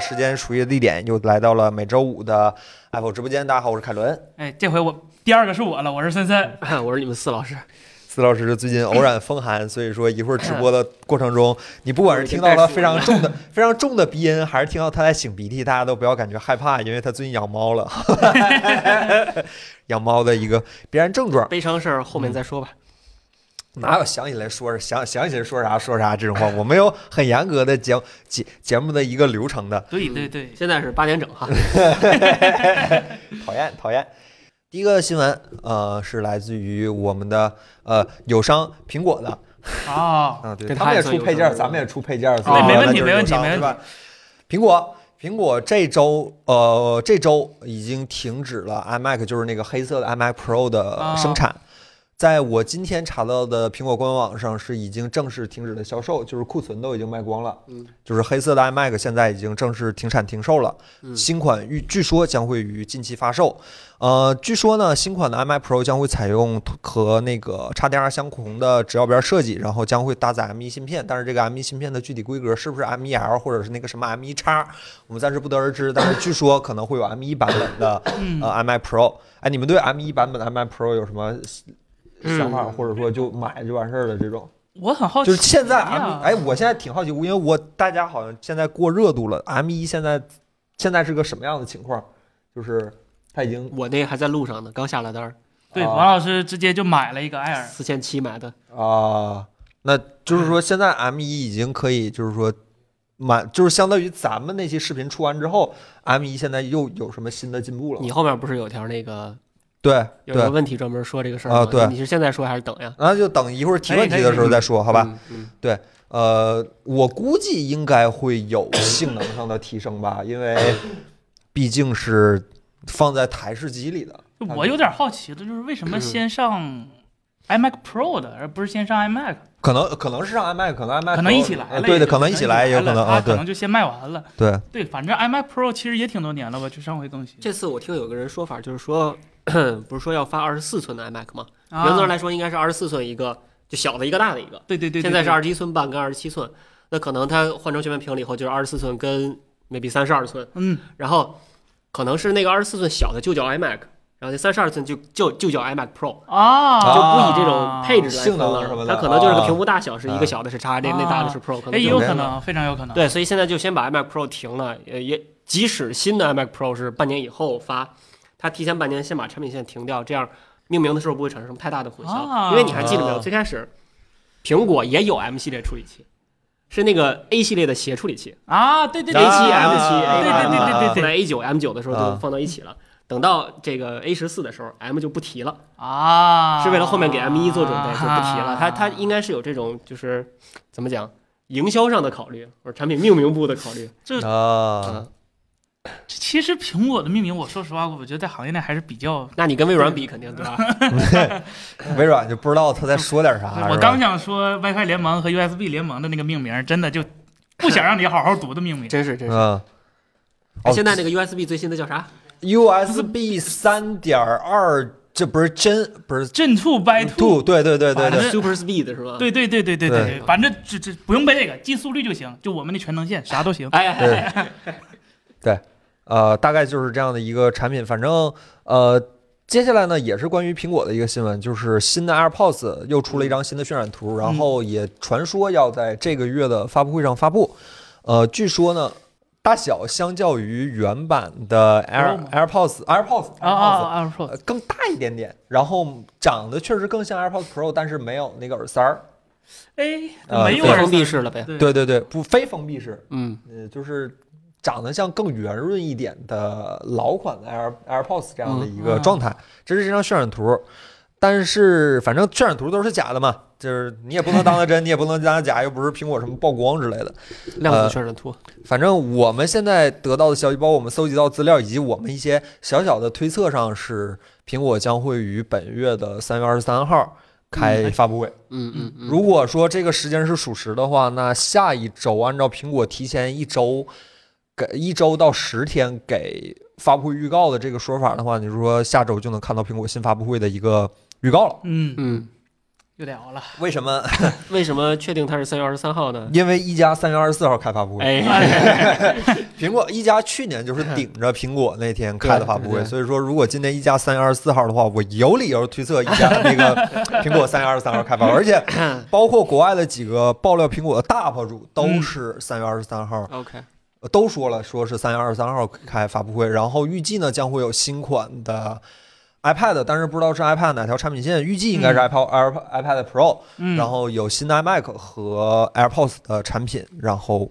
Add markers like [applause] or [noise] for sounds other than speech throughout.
时间熟悉的地点，又来到了每周五的 Apple 直播间。大家好，我是凯伦。哎，这回我第二个是我了，我是森森。 [laughs] 我是你们四老师，司老师最近偶染风寒，所以说一会儿直播的过程中，你不管是听到了非常重的、非常重的鼻音，还是听到他在擤鼻涕，大家都不要感觉害怕，因为他最近养猫了， [laughs] 养猫的一个必然症状。悲伤事儿后嗯面再说吧。哪有想起来说想想起来说啥说啥这种话？我没有很严格的节节节目的一个流程的，对对对，现在是八点整哈，讨厌讨厌。第一个新闻，呃，是来自于我们的呃友商苹果的，啊，啊，对，跟他他们也也出算有配商件儿，是咱吧们也出配件儿，对所以没说问那题就是没问题有商没问对吧？苹果，苹果这周呃这周已经停止了 iMac，就是那个黑色的 iMac Pro 的生产。啊在我今天查到的苹果官网上是已经正式停止了销售，就是库存都已经卖光了。嗯，就是黑色的 iMac 现在已经正式停产停售了。嗯新款预据说将会于近期发售。呃，据说呢，新款的 iMac Pro 将会采用和那个 XDR 相同的直角边设计，然后将会搭载 M1 芯片，但是这个 M1 芯片的具体规格是不是 M1L 或者是那个什么 M1 x 我们暂时不得而知。但是据说可能会有 M1 版本的嗯呃 iMac Pro。哎，你们对 M1 版本的 iMac Pro 有什么想法，嗯或者说就买就完事儿了这种？我很好奇就呀，是现在 M 哎，我现在挺好奇，因为我大家好像现在过热度了，M1 现在现在是个什么样的情况？就是它已经 [laughs] 我那还在路上呢，刚下了单儿，对啊王老师直接就买了一个艾尔，四千七买的，啊，那就是说现在 M 一已经可以，就是说满，就是相当于咱们那期视频出完之后，M 一现在又有什么新的进步了你吗？后面不是有条那个对有一个对，问题专门说这个事儿啊吗？对你是现在说还是等呀？那就等一会儿提问题的时候再说，好吧？嗯？呃，我估计应该会有性能上的提升 [coughs] 吧，因为毕竟是放在台式机里的。就我有点好奇的就是为什么先上 iMac Pro 的，而不是先上 iMac，可能可能是上 iMac，可能 iMac 可能一起来呃了，对的，也可能一一起来，也有可可能他啊，可对能就先卖完了。对，对，反正 iMac Pro 其实也挺多年了吧，就上回更新嗯。这次我听有个人说法，就是说， [clears throat] 不是说要发二十四寸的 iMac 吗？啊原则上来说应该是二十四寸一个，就小的一个，大的一个。对对对，对现在是对二十一寸半跟二十七寸，那可能它换成全面屏了以后就是二十四寸跟 maybe 三十二寸，嗯，然后可能是那个二十四寸小的就叫 iMac，然后那三十二寸就就就叫 iMac Pro，啊，就不以这种配置来性分能了什么的它可能就是个啊屏幕大小是一啊个小的是 X，那那大的是 Pro，可哎，能也就有是可能，非常有可能。对，所以现在就先把 iMac Pro 停了，呃，也即使新的 iMac Pro 是半年以后发，它提前半年先把产品线停掉，这样命名的时候不会产生什么太大的混淆。啊因为你还记得没有，啊最开始苹果也有 M 系列处理器，是那个 A 系列的斜处理器啊，对对，A 对，七、啊 M 七、A 对八、对对对对后来 A 九、M 九的时候啊就放到一起了。等到这个 A 十四的时候，M 就不提了，啊，是为了后面给 M 一做准备，就不提了。它它应该该是有这种就是怎么讲，营销上的考虑，或者产品命名部的考虑。就啊嗯，其实苹果的命名，我说实话，我觉得在行业内还是比较。那你跟微软比肯定对吧？微软就不知道他在说点啥。是吧我刚想说 WiFi 联盟和 USB 联盟的那个命名，真的就不想让你好好读的命名。 [laughs] 真是真是。嗯，哎哦现在那个 USB 最新的叫啥？ USB 三点二，这不是真不是震兔掰兔，度，对对对对反正对， Super Speed 是吧？对对对对对对对对，反正这这不用背这个，记速率就行，就我们的全能线 [laughs] 啥都行。哎，哎哎哎，呃，大概就是这样的一个产品。反正呃，接下来呢也是关于苹果的一个新闻，就是新的 AirPods 又出了一张新的渲染图，然后也传说要在这个月的发布会上发布。呃，据说呢。大小相较于原版的 Air AirPods AirPods AirPods 啊啊啊！说呃，更大一点点，然后长得确实更像 AirPods Pro，但是没有那个耳塞儿。哎，呃没因有为非耳封塞闭式了呗。对对对对，不非封闭式，嗯，呃，就是长得像更圆润一点的老款的 Air AirPods 这样的一个嗯状态。这是这张渲染图，但是反正渲染图都是假的嘛，就是你也不能当它真，你也不能当它假，又不是苹果什么曝光之类的。量呃子渲染图。反正我们现在得到的消息，包括我们搜集到资料，以及我们一些小小的推测上，是苹果将会于本月的三月二十三嗯号哎开发布会。嗯嗯嗯。如果说这个时间是属实的话，那下一周按照苹果提前一周给一周到十天给发布会预告的这个说法的话，你说下周就能看到苹果新发布会的一个预告了？嗯，嗯，又聊 [laughs] 了。为什么？为什么确定它是三月二十三号呢？哎因为一加三月二十四号开发布会。哎，苹果一加去年就是顶着苹果那天开的发布对会，对对所以说如果今年一加三月二十四号的话，我有理由推测一加那 [laughs] 个苹果三月二十三号开发布，而且包括国外的几个爆料苹果的大博主都是三月二十三号 OK，呃都说了，说是三月二十三号开发布会，然后预计呢将会有新款的 iPad，但是不知道是 iPad 哪条产品线，预计应该是嗯 iPad、i iPad Pro，、嗯，然后有新的 iMac 和 AirPods 的产品，然后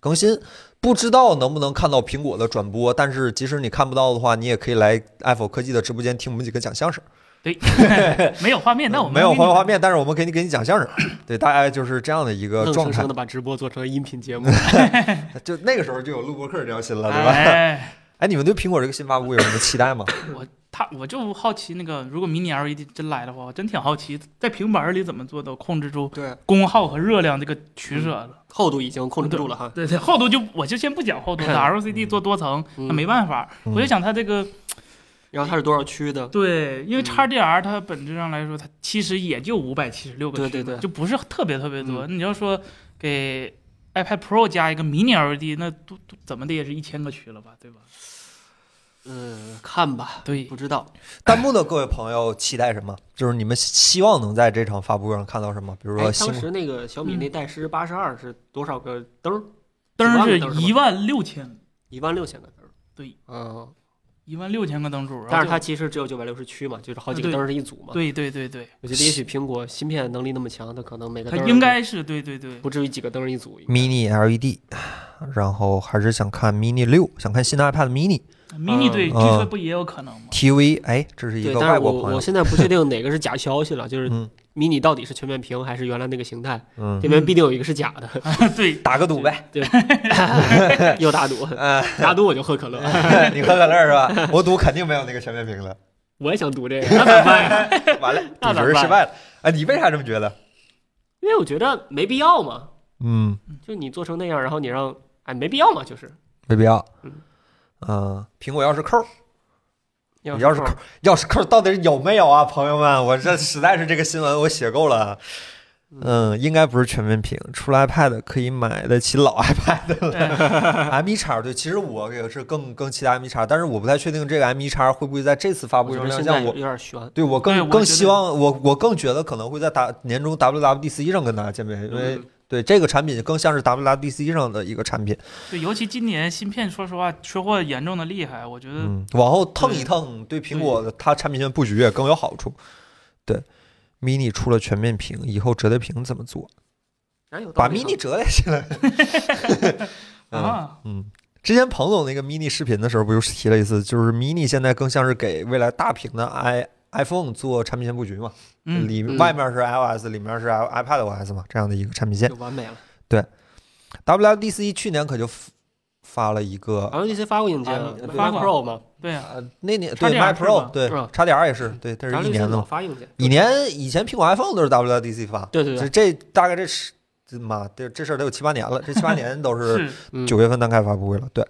更新。不知道能不能看到苹果的转播，但是即使你看不到的话，你也可以来 Apple 科技的直播间听我们几个讲相声。嗯对， [laughs] 没有画面，哎但我们没有给你画画面，但是我们给你给你讲 [clears throat] 相声。对，大概就是这样的一个硬状生态生。的把直播做成了音频节目。就那个时候就有录播客这条新了，对吧？哎，哎，你们对苹果这个新发布会有什么期待吗？我他我就好奇那个，如果迷你 LED 真来的话，我真挺好奇，在平板里怎么做到控制住对，功耗和热量这个取舍了。厚度已经嗯控制不住了哈。嗯对对，厚度就我就先不讲厚度，它 LCD 做多层，嗯那没办法。嗯我就想它这个然后它是多少区的？对，因为嗯 XDR 它本质上来说，它其实也就五百七十六个区嘛，对对对嗯就不是特别特别多。你要说给 iPad Pro 加一个 Mini LED，那 E 都都怎么的也是一千个区了吧，对吧？嗯，看吧，对不，知道。 [laughs] 弹幕的各位朋友期待什么？就是你们希望能在这场发布会上看到什么？比如哎，说新当时那个小米那代诗八十二是多少个灯儿？嗯灯儿几万个是灯一是吧万六千，一万六千个灯儿。对，嗯，一万六千个灯柱，但然是后它就啊其实只有九百六十区嘛，就是好几个对灯儿是一组嘛。对对对对，我觉得也许苹果芯片能力那么强，它可能每个它灯儿应该是对对对，不至于几个灯儿一组。 mini LED，然后还是想看 mini 六，想看新的 iPad mini mini 对，嗯据说不也有可能吗？ [laughs] TV。哎，这是一对，个但外是我国朋我友，现在不确定哪个是假消息了，就是嗯 mini 到底是全面屏还是原来那个形态，嗯这，边必定有一个是假的。 [laughs] 对，打个赌呗。又 [laughs] 打赌，嗯，打赌我就喝可乐， [laughs] [laughs] 你喝可乐是吧？我赌肯定没有那个全面屏了。我也想赌这个，那怎么办呀？完了，那赌咋局失办败了。哎，你为啥这么觉得？因为我觉得没必要嘛，嗯，就你做成那样，然后你让哎没必要嘛，就是没必要嗯。嗯，苹果钥匙扣儿，要钥匙扣儿，钥匙扣儿到底有没有啊，朋友们？我这实在是这个新闻我写够了。嗯，应该不是全面屏，出了 iPad 可以买得起 [laughs] 老 iPad 了。哎 M 1 x 对，其实我也是更更期待 M 1 x 但是我不太确定这个 M 1 x 会不会在这次发布我会觉上亮得现在相。有我点悬，对我对更我更觉希得望我我更觉得可能会在打年终 WWDC 上跟大家见面，因为嗯对这个产品更像是 WWDC 上的一个产品。对，尤其今年芯片，说实话缺货严重的厉害，我觉得嗯，往后蹭一蹭，对苹果的它产品线布局也更有好处。对，mini 出了全面屏以后折叠屏怎么做？哎有道把理啊 mini 折叠起 [laughs] 来。嗯啊，嗯，之前彭总那个 mini 视频的时候，不就是提了一次，就是 mini 现在更像是给未来大屏的 i iPhone 做产品线布局嘛，嗯，里嗯外面是 iOS，里面是 i- iPadOS 嘛，这样的一个产品线嗯就。完美了。 WWDC 去年可就发发了一个好像这些发过硬件啊啊对发过 Mac Pro 嘛，对啊，啊，那年对 XDR Mac 是 Pro 吧对嗯 XDR 也是对，这然后是一这些年的老嘛。发硬件，以年以前苹果 iPhone 都是 WWDC 发，对对这对，这大概这是这妈这这事儿得有七八年了，这七八年都是是嗯九月份单开发布会了。对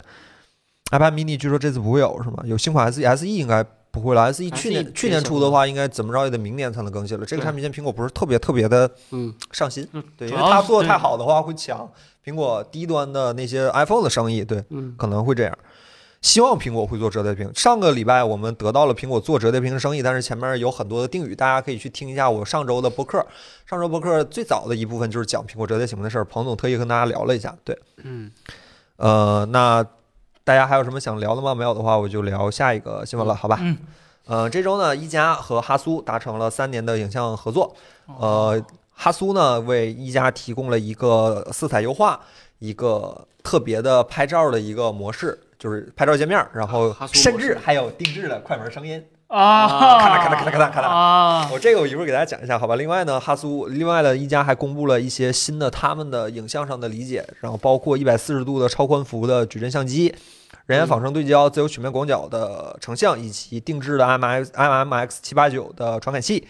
，iPad mini 据说这次不会有是吗？有新款 S SE 应该不会了，SE 去 SE 年去年出的话，应该怎么着也得明年才能更新了。这个对产品线苹果不是特别特别的嗯，上心，就对，因主为要它是做的对太好的话会抢苹果低端的那些 iPhone 的生意，对，嗯可能会这样。希望苹果会做折叠屏。上个礼拜我们得到了苹果做折叠屏的生意，但是前面有很多的定语，大家可以去听一下我上周的播客。上周播客最早的一部分就是讲苹果折叠屏的事儿，彭总特意跟大家聊了一下。对，嗯，呃，那大家还有什么想聊的吗？没有的话，我就聊下一个新闻了，好吧？嗯。呃，这周呢，一加和哈苏达成了三年的影像合作。哦呃，哈苏呢为一加提供了一个色彩优化、一个特别的拍照的一个模式，就是拍照界面，然后啊哈苏模式甚至还有定制的快门声音。啊，咔啦咔啦咔啦咔啦咔啦啊，我这个我一会儿给大家讲一下，好吧？另外呢，哈苏，另外呢，一加还公布了一些新的他们的影像上的理解，然后包括一百四十度的超宽幅的矩阵相机。人嗯眼仿生对焦、自由曲面广角的成像，以及定制的 M X M M X 七八九的传感器。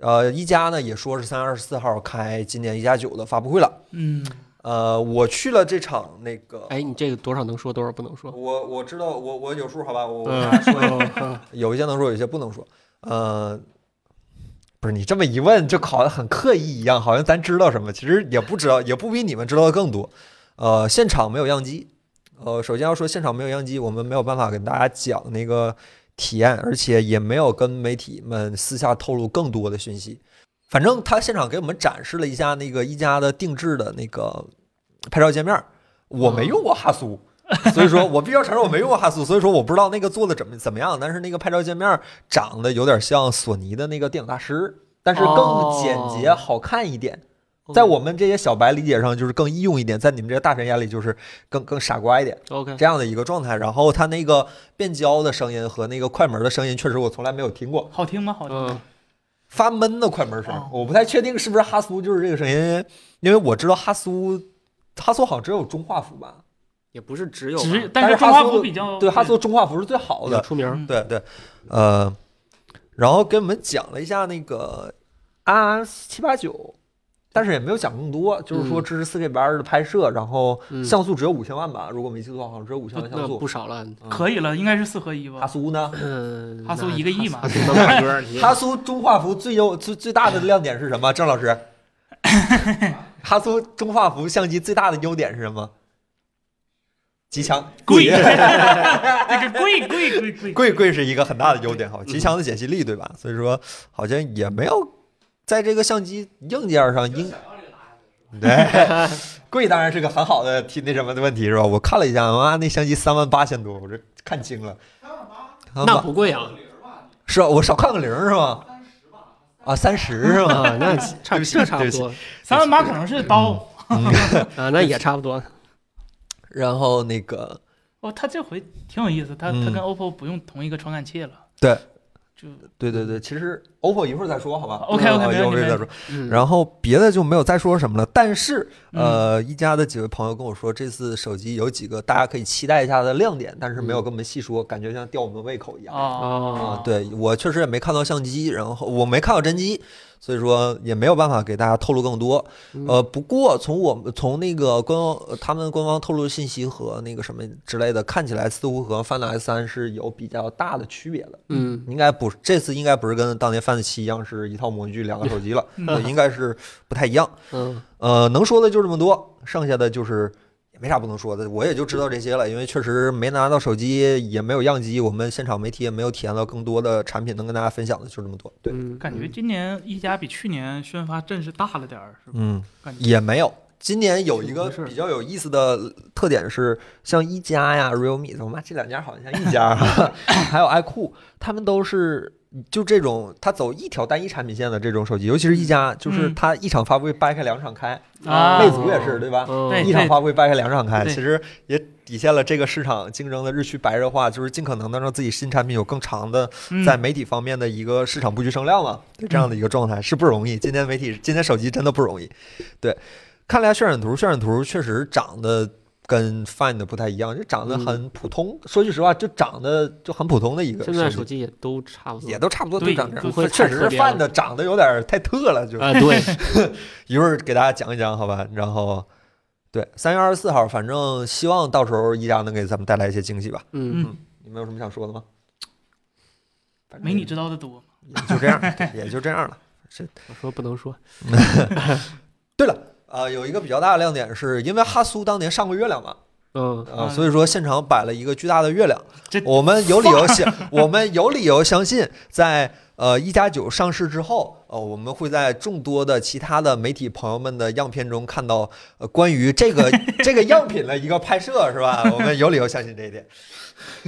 呃，一加呢也说是三月二十四号开今年一加九的发布会了。嗯，呃，我去了这场那个，哎，你这个多少能说，多少不 [laughs] 能说？我我知道，我我有数，好吧，我我跟嗯大家说一下， [laughs] 嗯有一些能说，有一些不能说。呃，不是你这么一问，就好像很刻意一样，好像咱知道什么，其实也不知道，也不比你们知道的更多。呃，现场没有样机，呃，首先要说现场没有样机，我们没有办法给大家讲那个体验，而且也没有跟媒体们私下透露更多的讯息。反正他现场给我们展示了一下那个一加的定制的那个拍照界面儿，我没用过哈苏。所以说我必须要承认我没用过哈苏，所以说我不知道那个做的怎么怎么样，但是那个拍照界面儿长得有点像索尼的那个电影大师，但是更简洁哦好看一点。在我们这些小白理解上，就是更易用一点；在你们这些大神眼里，就是更更傻瓜一点嗯 OK，这样的一个状态。然后它那个变焦的声音和那个快门的声音，确实我从来没有听过，好听吗？好听吗。嗯，发闷的快门声哦，我不太确定是不是哈苏就是这个声音，因为我知道哈苏，哈苏好像只有中画幅吧？也不是只有吧只呃啊但是是中哈华苏服比较对，哈苏中画幅是最好比的较。出名儿，嗯对对，呃，然后跟我们讲了一下那个 R 七八九，但是也没有讲更多，就是说嗯支持四 K 八二的拍摄，然后嗯像素只有五千万吧，如果没记错，好像只有五千那万像那素不。少了。可以了，应该是四合一哈吧？苏呢？嗯，哈苏那一个亿嘛哈苏能买歌儿，你哈苏中画幅最优最最大的亮点是什么？郑老 [laughs] 师，哈苏中画幅相机最大的优点是什么？极强贵， [laughs] 那个贵贵贵贵贵贵是一个很大的优点，好，极强的解析力，对吧？所以说好像也没有在这个相机硬件上应。 [laughs] 对，贵当然是个很好的提那什么的问题是吧？我看了一下，妈那相机三万八千多，我这看清了。三那不贵啊是吧我少看个零是吗？啊，三十是吗？啊，那差对不起这差对不不起多三万八可能是嗯刀啊，那也差不多。 [laughs] 然后那个哦，他这回挺有意思，他嗯他跟 OPPO 不用同一个传感器了，对，就对对对，其实 OPPO 一会儿再说好吧 OK，OK，嗯没一问题会儿没再问说。嗯，然后别的就没有再说什么了。但是嗯呃，一加的几位朋友跟我说，这次手机有几个大家可以期待一下的亮点，但是没有跟我们细说，感觉像吊我们胃口一样。啊哦哦，对我确实也没看到相机，然后我没看到真机，所以说也没有办法给大家透露更多。嗯呃，不过从我们从那个官方呃他们官方透露的信息和那个什么之类的，看起来似乎和 Find S 三是有比较大的区别的。嗯，应该不，这次应该不是跟当年 Find 七一样是一套模具两个手机了，对，应该是不太一样。嗯呃，能说的就这么多，剩下的就是也没啥不能说的，我也就知道这些了，因为确实没拿到手机，也没有样机，我们现场媒体也没有体验到更多的产品能跟大家分享的，就这么多。对，嗯，感觉今年一加比去年宣发阵势大了点儿，是吧？嗯，感觉也没有。今年有一怎么个回事比较有意思的特点是，像一加呀、realme，我妈这两家好像像一家 [laughs] 啊，还有爱酷，他们都是就这种，它走一条单一产品线的这种手机，尤其是一加，就是嗯它一场发布会掰开两场开，啊魅哦族也是对吧？对一嗯场发布会掰开两场开，对其实也体现了这个市场竞争的日趋白热化，就是尽可能的让自己新产品有更长的嗯在媒体方面的一个市场布局声量嘛，对这样的一个状态是不容易。今天媒体，今天手机真的不容易。对，看了一下渲染图，渲染图确实长得跟 Find 不太一样，就长得很普通。说句实话，就长得就很普通的一个嗯现在手手机，机也都差不多也。都差不多都对长这都样。确实是太特别了 Find 长得有点太特了，就是啊，对，一会儿给大家讲一讲，好吧？然后，对，三月二十四号，反正希望到时候一加能给咱们带来一些惊喜吧。 [laughs] 嗯，嗯，你们有什么想说的吗？反正没你知道的多。也就这样，对也就这样了。我说不能说，对了，呃，有一个比较大的亮点是，因为哈苏当年上过月亮嘛，嗯，呃，嗯所以说现场摆了一个巨大的月亮这。我们有理由相，我们有理由相信，在呃一加九上市之后，呃，我们会在众多的其他的媒体朋友们的样片中看到呃关于这个这个样品的一个拍摄，是吧？我们有理由相信这一点。嗯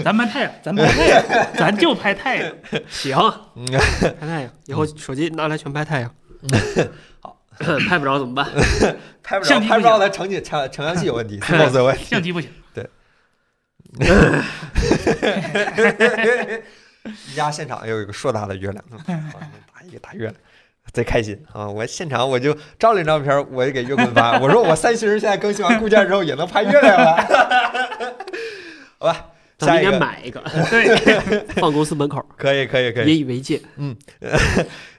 咱拍太阳， [laughs] 咱拍太阳，咱就啊拍太阳。 [laughs] 行，嗯拍太阳，以后手机拿来全拍太阳。嗯好， [laughs] 拍不着怎么办？拍不着，相机不拍不着，行咱成景成成像器有问题， [laughs] 是貌似有问题。相机不行，宜家现场又 [laughs] 有一个硕大的月 [laughs] 亮，嗯啊打一个大月亮，贼开心啊！我现场我就照了一张片儿，我就给岳坤发， [laughs] 我说我三星现在更新完固件之后也能拍 [laughs] 月亮了，好吧？咱下一们应该个买 [laughs] 一个，对， [laughs] 放公司门口，可以可以可也以，以为戒。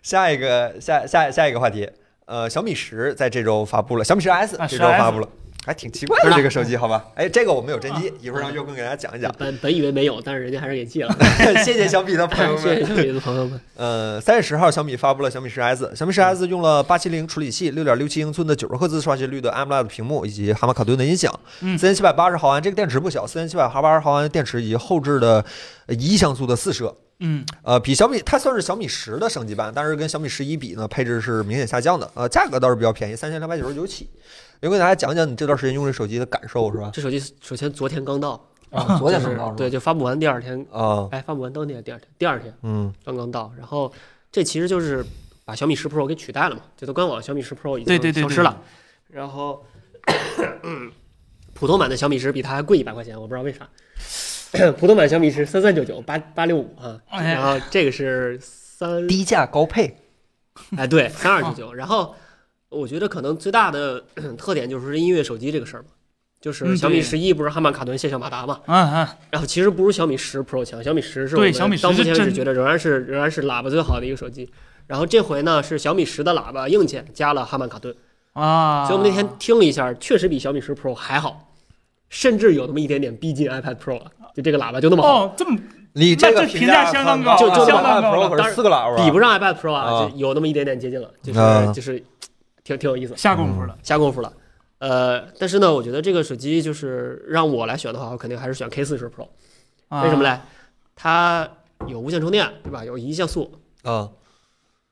下一个下下下一个话题，呃，小米十在这周发布了，小米十 S 啊这周发布了，还挺奇怪的这个手机，好吧？哎，这个我们有真机，一会儿让岳坤给大家讲一讲。 [laughs] 本本以为没有，但是人家还是给寄了。谢谢小米的朋友们。 [laughs] 谢谢你的朋友们。呃，三月十号，小米发布了小米十 S。小米十 S 用了八七零处理器，六点六七英寸的九十赫兹刷新率的 AMOLED 屏幕，以及哈马卡顿的音响，嗯四千七百八十毫安，这个电池不小，四千七百八十毫安的电池以及后置的呃一亿像素的四摄，嗯，呃，比小米它算是小米十的升级版，但是跟小米十一比呢，配置是明显下降的，呃，价格倒是比较便宜，三千两百九十九起。刘给大家讲讲你这段时间用这手机的感受是吧？这手机首先昨天刚到，啊，昨就是对，就发布完第二天，啊，哎，发布完当天第二天，第二天嗯刚刚到。然后这其实就是把小米十 Pro 给取代了嘛，这都官网小米十 Pro 已对对对，经消对失了。，然后，普通版的小米十比它还贵一百块钱，我不知道为啥。普通版小米十三三九九八八六五啊，哎然后这个是三低价高配，哎对三啊二九九，然后我觉得可能最大的 [clears throat] 特点就是音乐手机这个事儿嘛，就是嗯小米对十一不是哈曼卡顿线上马达嘛，嗯嗯，然后其实不如小米十 Pro 强，小米十是我对们小米10到目前为是止真觉得仍然是仍然是喇叭最好的一个手机，然后这回呢是小米十的喇叭硬件加了哈曼卡顿。啊，所以我们那天听了一下，确实比小米十 Pro 还好，甚至有那么一点点逼近 iPad Pro 了。就这个喇叭就那么好，哦，这么你这个个评价相当高就就相当高了 Pro 可是四个喇叭，比不上 iPad Pro 啊，啊就有那么一点点接近了，就是、啊就是挺挺有意思，下功夫了，下功夫了。呃，但是呢，我觉得这个手机就是让我来选的话，我肯定还是选 K 4 0 Pro。啊嗯为什么？嘞？它有无线充电，对吧？有一亿像素，啊，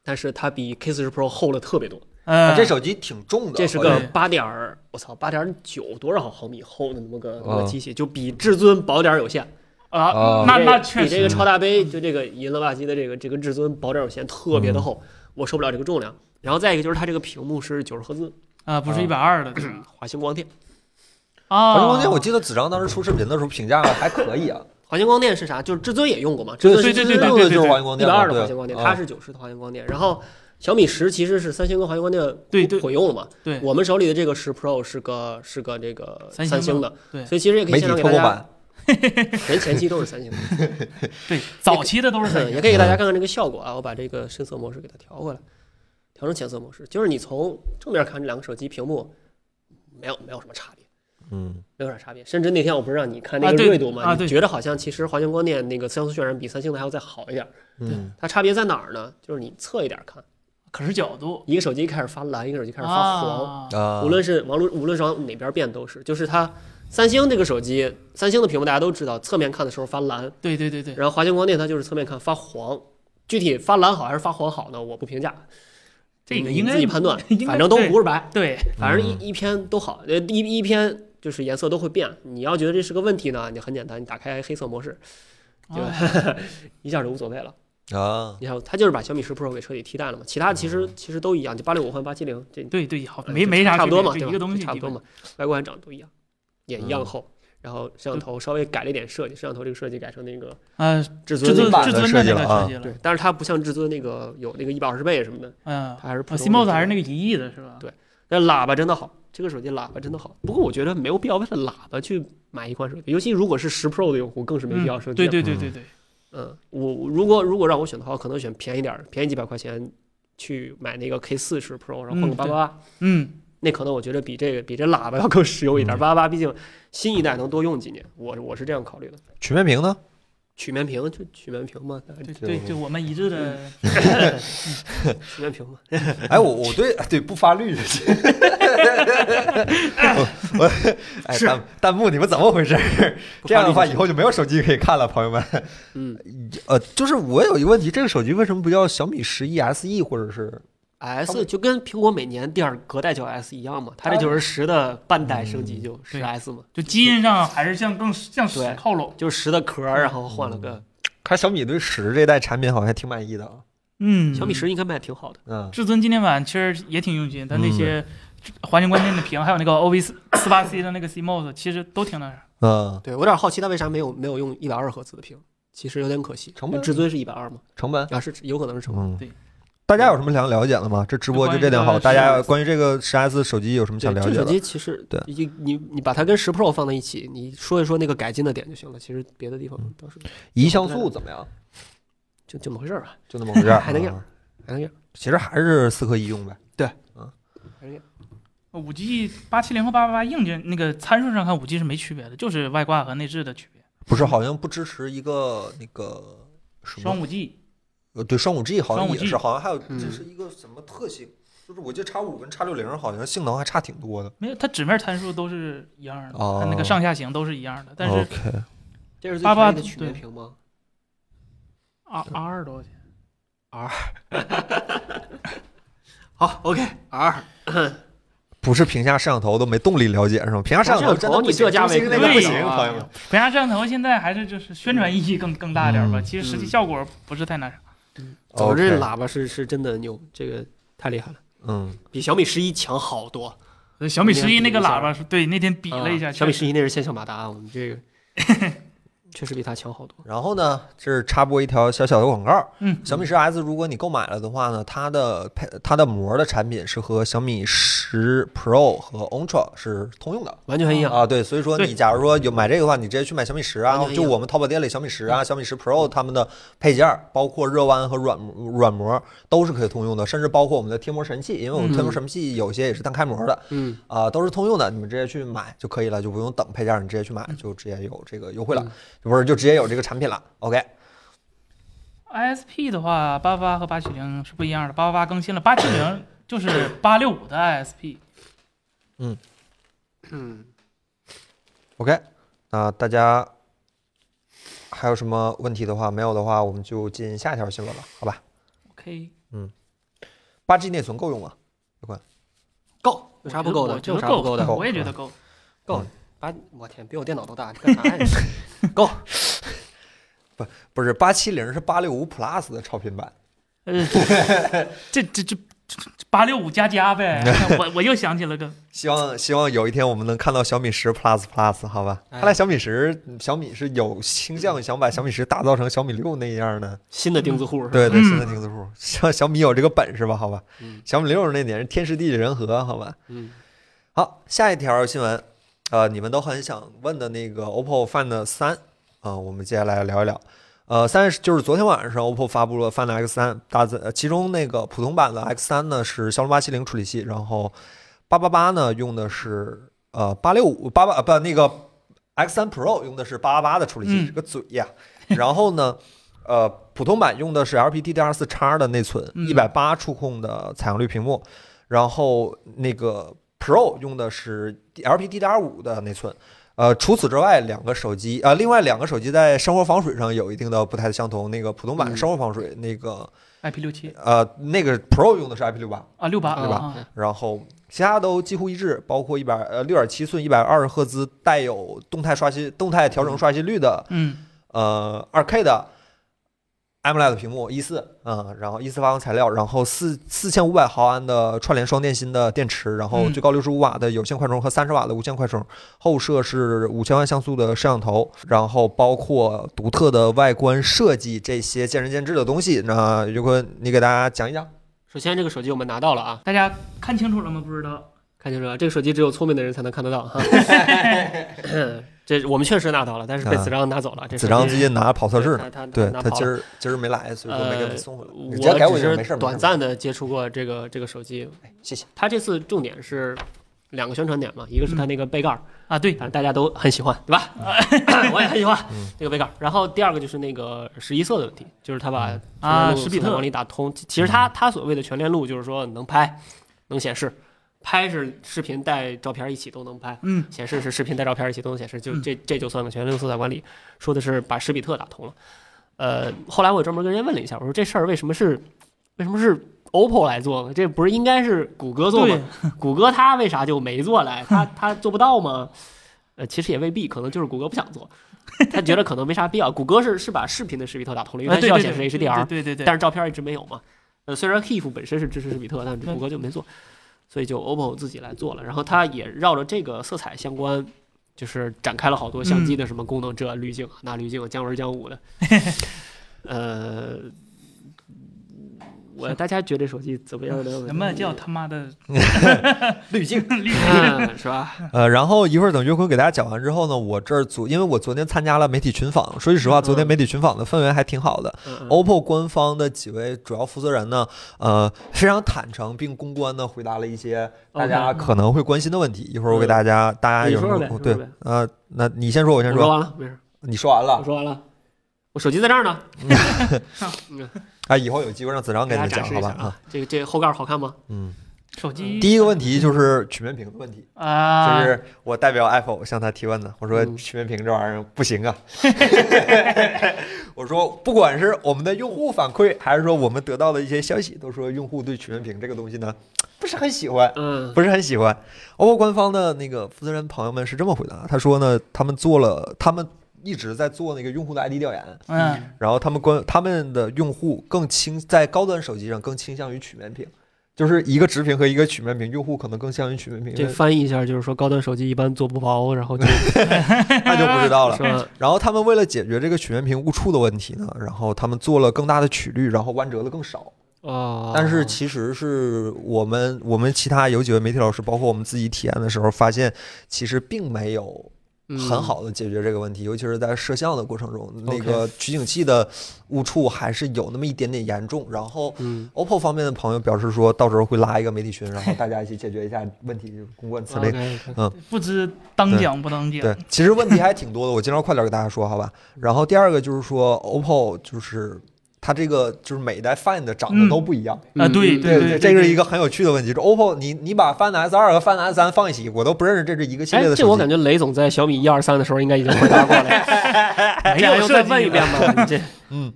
但是它比 K 4 0 Pro 厚了特别多。啊嗯，这手机挺重的，这是好个像八点儿，我操，八点九多少毫米厚的那么个那么啊个机器，就比至尊薄点儿有限。哦啊，那这那个确比实这个超大杯就这个银乐霸基的这个这个至尊薄点有线特别的厚，我受不了这个重量。然后再一个就是它这个屏幕是九十赫兹啊，不是啊一百二的，对 [clears throat] 吧华星光电，啊，华星光电，我记得子章当时出视频的时候评价还可以啊，华星光电是啥？就是至尊也用过嘛，至对对尊是对最对用的就是华星光一电百嘛，二的对华星光电，啊它是九十的华星光电。然后小米十其实是三星跟华星光电对对混用了嘛，对我们手里的这个十 Pro 是个是个这个三星的三星的，对所以其实也可啊以媒体现场透给过大家，版，人前期都是三星的。对，早期的都是三也星，可以给大家看看这个效果啊。我把这个深色模式给它调回来，调成浅色模式，就是你从正面看这两个手机屏幕，没有没有什么差别，嗯没有啥差别。甚至那天我不是让你看那啊个对锐度吗？啊你对觉得好像其实华星光电那个像素渲染比三星的还要再好一点。嗯，它差别在哪儿呢？就是你侧一点看，可是角度一个手机开始发蓝，一个手机开始发黄，啊，啊，无论是网络，无论是往哪边变都是，就是它。三星这个手机，三星的屏幕大家都知道，侧面看的时候发蓝，对对对对，然后华星光电它就是侧面看发黄，具体发蓝好还是发黄好呢？我不评价，这个你应该自己判断应，该反正都不是白，对，反正一一篇都好，呃，一一篇就是颜色都会变。你要觉得这是个问题呢，你很简单，你打开黑色模式，就、哎 [laughs] 一下就无所谓了。啊，你看，它就是把小米十 Pro 给彻底替代了嘛，其他的其实其实都一样，就八六五换八七零，这对对，好，呃没就没啥差不区别多嘛，就对吧一个东西，就差不多一个嘛，外观长得都一样，也一样嗯厚。然后摄像头稍微改了一点设计，摄像头这个设计改成那个呃，至至尊尊那个版至的尊设的计那了啊个设计了，对，但是它不像至尊那个有那个一百二十倍什么的，嗯它还是普通的 CMOS 还是那个一亿的是吧？对那喇叭真的好，这个手机喇叭真的好。不过我觉得没有必要为了喇叭去买一款手机，尤其如果是十 Pro 的用户，更是没必要升嗯级、对，对对对对，嗯，我我如果如果让我选的话，我可能选便宜点儿，便宜几百块钱去买那个 K 四十 Pro，然后换个嗯八对八八，嗯，那可能我觉得比这个比这喇叭要更实用一点。八八八毕竟新一代能多用几年，我我是这样考虑的。曲面屏呢？曲面屏就曲面屏嘛，对就对对，我们一致的， [laughs] 曲面屏嘛，哎，我我对对不发绿， [laughs] 我我哎是弹弹幕你们怎么回事？这样的话以后就没有手机可以看了，朋友们。嗯 [laughs] 呃，就是我有一个问题，这个手机为什么不叫小米十一 SE 或者是 S 就跟苹果每年第二隔代叫 S 一样嘛，它这它九十十的半代升嗯级就十对 S 嘛。就基因上还是向更向对史靠拢，就是十的壳儿，然后换了个看小米对十这代产品好像还挺满意的啊。嗯，小米十，应该卖得挺好的。嗯，至尊今天晚其实也挺用心，它那嗯些环境关键的屏，还有那个 OV 四八 C 的那个 CMOS，其实都挺那啥，嗯，对我有点好奇，它为啥没有没有用一百二赫兹的屏？其实有点可惜，成本至尊是一百二嘛，成本。啊是有可能是成本。嗯，对。大家有什么想了解的吗？这直播就这点好。关大于这家个关于这个十 S 手机有什么想对，了这解手的？机其实对你你你把它跟十 Pro 放在一起，你说一说那个改进的点就行了。其实别的地嗯方倒是一像素怎么样？就就那么回事儿吧，就那么回事儿，还能嗯样还能样。其实还是四颗一用呗。对，嗯还是这样，五 G 八七零和八八八硬件那个参数上看，五 G 是没区别的，就是外挂和内置的区别。不是，好像不支持一个那个什双么五 G 呃，对，双五 G 好像双五也 G 是，好像还有嗯这是一个什么特性？就是我记得叉五跟叉六零好像性能还差挺多的。没有，它纸面参数都是一样的，哦它那个上下行都是一样的，但是 OK，这是最八八便宜的曲面屏吗？ R R 二多少钱？好，OK，R，不是屏下摄像头都没动力了解是吗？屏下摄像头真的你这价位那哦个不不行行，啊朋友们。屏下摄像头现在还是就是宣传意义更更大点儿吧，嗯其实实际嗯效果不是太那啥。总之 OK，喇叭是是真的牛，这个太厉害了，嗯，比小米十一强好多。呃小米那天十一那比个一下喇叭是对，那天比了一下，啊小米确实十一那是线性马达，我 [laughs] 们这个确实比它强好多。然后呢，这是插播一条小小的广告。嗯，小米十 S 如果你购买了的话呢，它的配它的膜的产品是和小米十 Pro 和 Ultra 是通用的。完全一样。哦啊，对，所以说对你假如说有买这个的话，你直接去买小米十啊完，全一就样嗯我们淘宝店里小米十啊、小米十 Pro 他们的配件儿，包括热弯和软软膜都是可以通用的，甚至包括我们的贴膜神器，因为我们贴膜嗯神器有些也是单开膜的嗯，啊、都是通用的，你们直接去买就可以了，就不用等配件儿，你直接去买就直接有这个优惠了，不是就直接有这个产品了。OK， ISP 的话，八八和八七零是不一样的，八八八更新了，八七零就是八六五的 ISP。 OK，那大家还有什么问题的话，没有的话，我们就进下一条新闻了，好吧？ OK，八 G 内存够用吗？够，有啥不够的？这我有觉啥得不够嗯够的？我也觉得够。够，把我天，比我电脑都大，你 [laughs] 干啥呀？够，不是，八七零是八六五 Plus 的超频版。呃，这这这八六五加加呗，我我又想起了个，希望希望有一天我们能看到小米十 Plus Plus，好吧？哎看来小米十，小米是有倾向想把小米十打造成小米六那样的。新的钉子户是吧？ [laughs] 对对，嗯新的钉子户， [laughs] 小小米有这个本事吧？好吧嗯，小米六那年是天时地利人和，好吧？嗯，好，下一条新闻，呃，你们都很想问的那个 OPPO Find 三，啊，我们接下来聊一聊。呃，三是就是昨天晚上 OPPO 发布了 Find X 三，大增，呃其中那个普通版的 X 三呢是骁龙八七零处理器，然后八八八呢用的是呃八六五八八不那个 X 三 Pro 用的是八八八的处理器，嗯这个嘴呀。然后呢，呃，普通版用的是 LPDDR 四 x 的内存，嗯一百八触控的采样率屏幕，然后那个 Pro 用的是 LPDDR 五的内存。呃，除此之外，两个手机呃，另外两个手机在生活防水上有一定的不太相同。那个普通版嗯生活防水，那个 IP 六七呃，那个 Pro 用的是 IP 六八，啊，六八对啊，啊然后其他都几乎一致，包括一百呃六点七寸一百二十赫兹带有动态刷新、动态调整刷新率的嗯，呃二 K 的 AMOLED E 屏幕一四，嗯，然后一四发光材料，然后四四千五百毫安的串联双电芯的电池，然后嗯最高六十五瓦的有线快充和三十瓦的无线快充，后摄是五千万像素的摄像头，然后包括独特的外观设计这些见仁见智的东西。那如果你给大家讲一讲，首先这个手机我们拿到了啊，大家看清楚了吗？不知道，看清楚了，这个手机只有聪明的人才能看得到 [laughs] 哈。这我们确实拿到了，但是被啊子章拿走了。这手子机章最近拿跑测试呢。他他对拿他跑今了儿今儿没来，所以说没给我们呃送回来。你直接改我我只就是没事儿，没事儿哎短暂的接触过这个这个手机，谢谢。它这次重点是两个宣传点嘛，一个是它那个杯盖儿，啊，对反正大家都很喜欢，对 [laughs] 吧？我也很喜欢嗯这个杯盖儿。然后第二个就是那个十一色的问题，就是它把啊，十史比往特里打通。其其实嗯它它所谓的全链路就是说能拍，能显示，拍是视频带照片一起都能拍。嗯，显示是视频带照片一起都能显示，就嗯这这就算个全链路色彩管理。说的是把史比特打通了。呃，后来我专门跟人问了一下，我说这事儿为什么是为什么是 OPPO 来做呢？这不是应该是谷歌做对吗？，谷歌它为啥就没做来？它它做不到吗？呃，其实也未必，可能就是谷歌不想做，他觉得可能没啥必要。谷歌是是把视频的史比特打通了，因啊为它需对要对显示对 HDR，对对对对，但是照片一直没有嘛。呃，虽然 HEIF 本身是支持史比特，但是对谷歌就没做，所以就 OPPO 自己来做了。然后它也绕着这个色彩相关，就是展开了好多相机嗯的什么功能，这滤镜啊、那滤镜啊、姜文姜武的。呃，我大家觉得这手机怎么样呢？什么叫他妈的滤镜。绿？嗯是吧？呃，然后一会儿等约坤给大家讲完之后呢，我这儿昨因为我昨天参加了媒体群访，说句实话，昨天嗯媒体群访的氛围还挺好的。嗯嗯 OPPO 官方的几位主要负责人呢，呃，非常坦诚并公关的回答了一些大家 OK 可能会关心的问题。一会儿我给大家，大家嗯你有什说说么呗说对说呗？呃，那你先说，我先我说说。完了，没事，你说完我了说完了，我手机在这儿呢。啊，以后有机会让子章给给你大们家讲展示好一吧？下啊，啊，这个这个后盖好看吗？嗯，手机第一个问题就是曲面屏的问题，啊，这是我代表 Apple 向他提问的。我说嗯曲面屏这玩意儿不行啊， [laughs] 我说不管是我们的用户反馈，还是说我们得到的一些消息，都说用户对曲面屏这个东西呢不是很喜欢。嗯不是很喜欢。OPPO 官方的那个负责人朋友们是这么回答，他说呢，他们做了，他们一直在做那个用户的 ID 调研，嗯，然后他们关他们的用户更倾在高端手机上更倾向于曲面屏，就是一个直屏和一个曲面屏，用户可能更倾向于曲面屏，这翻译一下就是说，高端手机一般做不薄，然后就是那就不知道了。 [laughs] 吧？然后他们为了解决这个曲面屏误触的问题呢，然后他们做了更大的曲率，然后弯折的更少。哦，但是其实是我们我们其他有几位媒体老师，包括我们自己体验的时候，发现其实并没有嗯很好的解决这个问题，尤其是在摄像的过程中，那 OK 个取景器的误触还是有那么一点点严重。然后嗯。嗯 OPPO 方面的朋友表示说，到时候会拉一个媒体群，然后大家一起解决一下问题，就是公关策略。 OK，OK 不知当讲不当嗯对讲，，其实问题还挺多的，我尽量快点给大家说，好吧？然后第二个就是说，OPPO 就是它这个就是每一代 Find 长得嗯都不一样。啊对嗯对对这个是一个很有趣的问题。这 OPPO，你你把 Find S 二和 Find S 三放一起，我都不认识这是一个系列哎，的这我手感机。觉雷总在小米一二三的时候应该已经回答 [laughs] 过了，没这样有又设再计问一遍吧。你这嗯，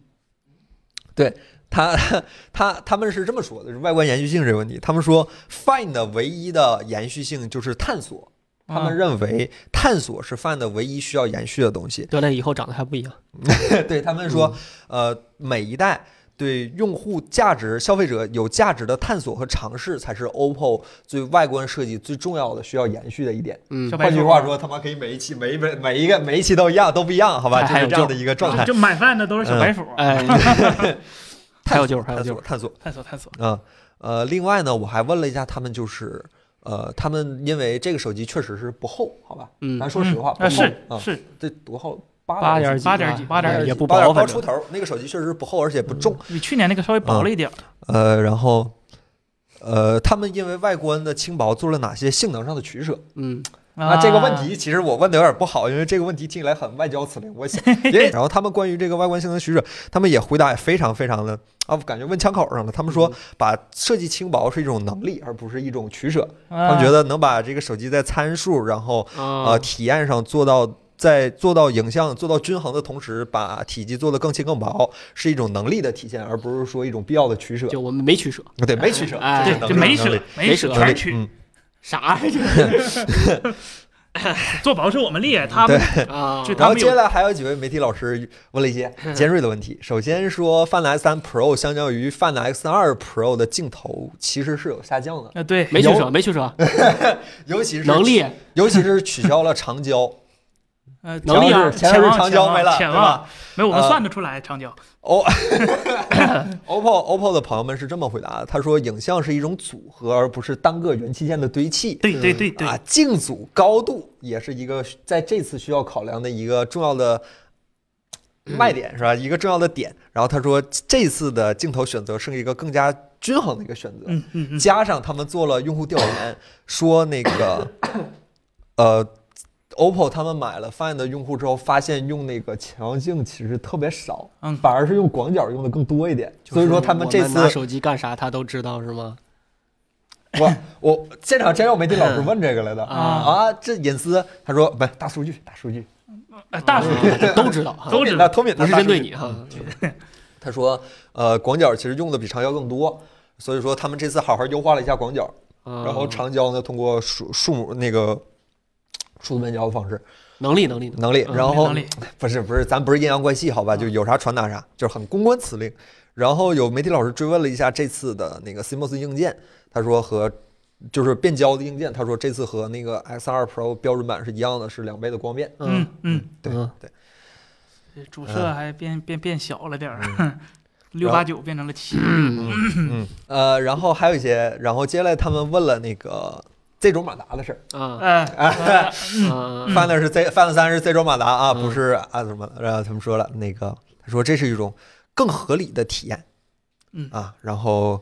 对他他他们是这么说的，是外观延续性这个问题。他们说 Find 的唯一的延续性就是探索，他们嗯认为探索是 Find 的唯一需要延续的东西。对，那以后长得还不一样。对他们说，嗯呃，每一代对用户价值、消费者有价值的探索和尝试，才是 OPPO 最外观设计最重要的、需要延续的一点。嗯小，白换句话说，他妈可以每一期、每一本、每一个、每一期都一样，都不一样，好吧？还就是这还有样的一个状态嗯就。就买饭的都是小白鼠，啊哎， [laughs] 还有救还有探救索，探索。探索探索，啊，呃，另外呢，我还问了一下他们，就是呃，他们因为这个手机确实是不厚，好吧？嗯咱，说实话，嗯啊不厚是啊，是，这多厚？八八点点儿儿几哎八点儿几吧，几八点儿也几不八点儿薄，高反出正头儿，那个手机确实不厚，而且不嗯重。比去年那个稍微薄了一点儿，呃，然后呃，他们因为外观的轻薄做了哪些性能上的取舍？嗯，啊，这个问题其实我问的有点不好，因为这个问题听起来很外交辞令。我想， [laughs] 也然后他们关于这个外观性能取舍，他们也回答也非常非常的啊，感觉问枪口上了。他们说嗯，把设计轻薄是一种能力，而不是一种取舍。啊，他他们觉得能把这个手机在参数，然后啊呃，体验上做到。在做到影像做到均衡的同时，把体积做得更轻更薄，是一种能力的体现，而不是说一种必要的取舍。就我们没取舍，对，没 [laughs] 取舍，哎这是啊对，能就力没能力舍没舍能力全取，嗯啥做薄是我们厉害，他们啊？这然他后们接下有来还有几位媒体老师问了一些嗯尖锐的问题。首先说，Find X 3 Pro 相较于 Find X 2 Pro 的镜头其实是有下降的，啊对，没取有舍，没取舍，尤其是能，力尤其是取消了长焦，呃能力啊前两日长焦没了，潜对吧望没有，我们呃算得出来长焦， ？O [coughs] OPPO OPPO 的朋友们是这么回答的，他说影像是一种组合，而不是单个元器件的堆砌。对对对对啊，，镜组高度也是一个在这次需要考量的一个重要的卖点，是吧？一个重要的点。然后他说，这次的镜头选择是一个更加均衡的一个选择，嗯嗯嗯，加上他们做了用户调研，说那个呃，OPPO 他们买了 Find 的用户之后，发现用那个潜望镜其实特别少，嗯反而是用广角用的更多一点。所以说他们这就是我拿次手机干啥他都知道是吗？我我现场真有媒体老师问这个来的嗯啊啊，这隐私，他说不是大数据，大数据，呃大数嗯据啊都知道，啊都偷知敏道的，偷敏不的是大针数对据。你哈。他说，呃，广角其实用的比长焦更多，所以说他们这次好好优化了一下广角，然然后长焦呢通过数数目那个。数字变焦的方式，能力能力能力能力，嗯然后能力不是不是，咱不是阴阳怪气，好吧？嗯就有啥传达啥，就是很公关辞令。然后有媒体老师追问了一下这次的那个 CMOS 硬件，他说和就是变焦的硬件，他说这次和那个 X 2 Pro 标准版是一样的，是两倍的光变。嗯嗯，对嗯对，嗯主摄还变变变小了点儿， [laughs] 六八九变成了七，嗯，呃，然后还有一些，然后接下来他们问了那个 Z 轴马达的事儿，啊哎，呃 [laughs] 啊范的是 Z，范的三是 Z 轴马达啊，不嗯是啊什么，然后他们说了那个，他说这是一种更合理的体验，嗯啊，然后。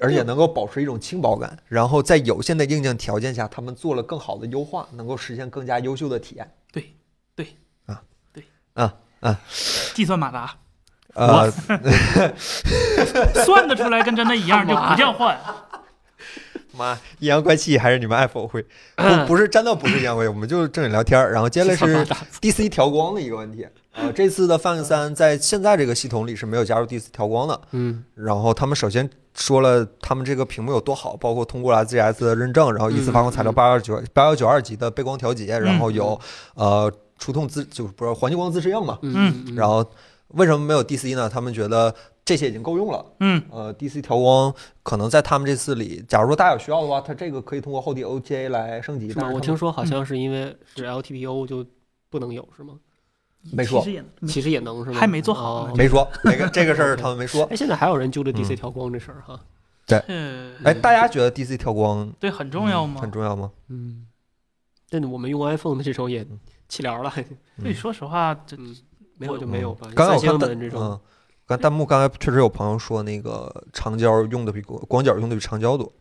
而且能够保持一种轻薄感，然后在有限的硬件条件下，他们做了更好的优化，能够实现更加优秀的体验。对，对，啊，对，啊啊，计算马达呃，算得出来跟真的一样，就不叫换。 [laughs] 妈，阴阳怪气还是你们爱否会？不，不是，真的不是阴阳怪气，我们就是正经聊天儿。然后接下 [laughs] 来是 DC 调光的一个问题。呃，这次的 Fun 三在现在这个系统里是没有加入 DC 调光的。嗯然后他们首先说了他们这个屏幕有多好，包括通过了 ZS 的认证，然后一次发光材嗯料八幺九八幺九二级的背光调节，然后有呃触控自就是不是环境光自适应嘛。嗯，然后为什么没有 DC 呢？他们觉得这些已经够用了。嗯，呃，DC 调光可能在他们这次里，假如说大家有需要的话，它这个可以通过后期 OTA 来升级。是但吗？是我他听们说好像是因为是 LTPO 就不能有是吗？没说其实也没其实也能是吗？嗯还没做好呢哦没说这个这个事儿，他们没说。哎，现在还有人揪着嗯 DC 调光这事儿哈？呃，哎，大家觉得 DC 调光对，很重要嗯吗很？重要吗？嗯，但我们用 iPhone 的这种也气聊 [laughs] 了，对，说实话，这嗯，没有就没有吧。嗯刚才我三看星弹的这种嗯，刚弹幕刚才确实有朋友说那个长焦用的比广广角用的比长焦多，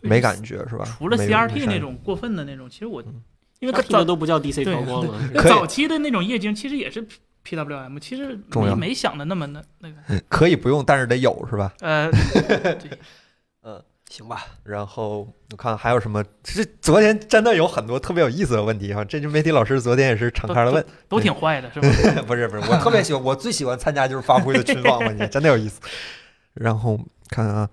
没感觉是吧？除了没有 CRT 没啥嗯那种过分的那种，其实我因为它早听都不叫 DC 对调光了，那可以早期的那种液晶其实也是 PWM，其实重要没没想的那么那那个，可以不用，但是得有是吧？ [laughs] 呃，对，行吧，然后我看还有什么？这昨天真的有很多特别有意思的问题哈、这就媒体老师昨天也是敞都开了问，都都挺坏的，是吧？不是不是，我特别喜欢，我最喜欢参加就是发布会的群访环 [laughs] 节，真的有意思。然后看看啊，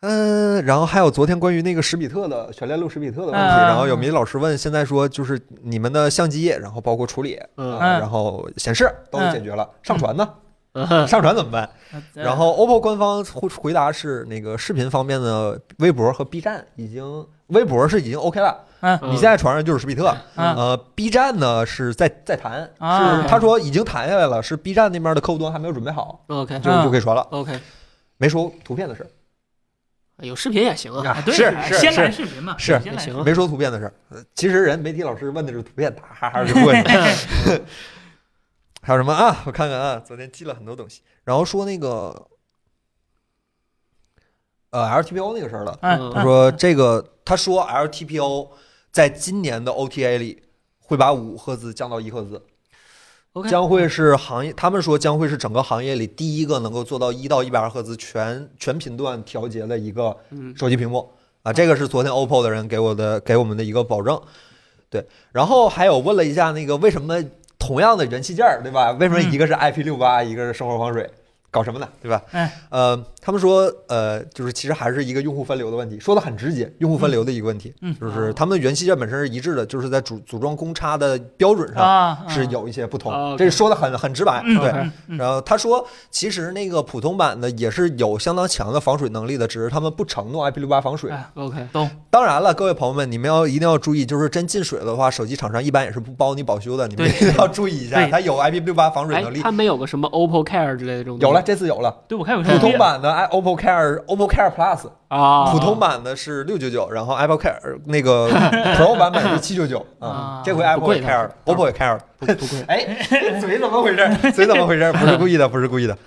嗯、然后还有昨天关于那个史比特的全链路史比特的问题，嗯然后有媒体老师问，现在说就是你们的相机，然后包括处理，嗯啊然后显示都嗯解决了，上传呢？嗯上传怎么办？呃 [laughs] 然后 OPPO 官方回回答是那个视频方面的微博和 B 站已经，微博是已经 OK 了，嗯你现在传上就是史比特，嗯呃，B 站呢是在在谈，啊是他说已经谈下来了，是 B 站那边的客户端还没有准备好， OK 嗯就就可以传了， OK，没说图片的事儿，有视频也行啊。啊，对，是哎是先来是视频嘛，是先来行视频啊没说图片的事儿。呃其实人媒体老师问的是图片，打哈哈就过去了。 [laughs] 还有什么啊？我看看啊，昨天记了很多东西，然后说那个呃 LTPO 那个事儿了，嗯，他说这个，他说 LTPO 在今年的 OTA 里会把五赫兹降到一赫兹。 OK 将会是行业，他们说将会是整个行业里第一个能够做到一到一百二赫兹全全频段调节的一个嗯手机屏幕啊，这个是昨天 OPPO 的人给我的给我们的一个保证。对，然后还有问了一下那个为什么同样的元器件儿，对吧？为什么嗯一个是 IP 六八，一个是生活防水？搞什么呢，对吧？哎，呃，他们说，呃，就是其实还是一个用户分流的问题，说的很直接，用户分流的一个问题，嗯嗯就是他们的元器件本身是一致的，就是在组组装公差的标准上啊是，有一些不同，啊，OK 这说的很很直白，哦嗯对。 OK 嗯嗯然后他说，其实那个普通版的也是有相当强的防水能力的，只是他们不承诺 IP 六八防水。哎 OK，懂，当然了，各位朋友们，你们要一定要注意，就是真进水的话，手机厂商一般也是不包你保修的，你们一对定要注意一下，对它有 IP 六八防水哎能，力。它没有个什么 OPPO Care 之类的这种东有西？了，这次有了对我看有普通版的 i OPPO Care OPPO Care Plus，啊，普通版的是六九九，然后 Apple Care 那 [laughs] 个 Pro 版本是七九九啊啊，这回不 Apple 贵也的 Care 了，OPPO 也 Care 了。不不贵，哎， [laughs] 嘴怎么回事儿？ [laughs] 嘴怎么回事 [laughs] 儿？不是故意的，不是故意的。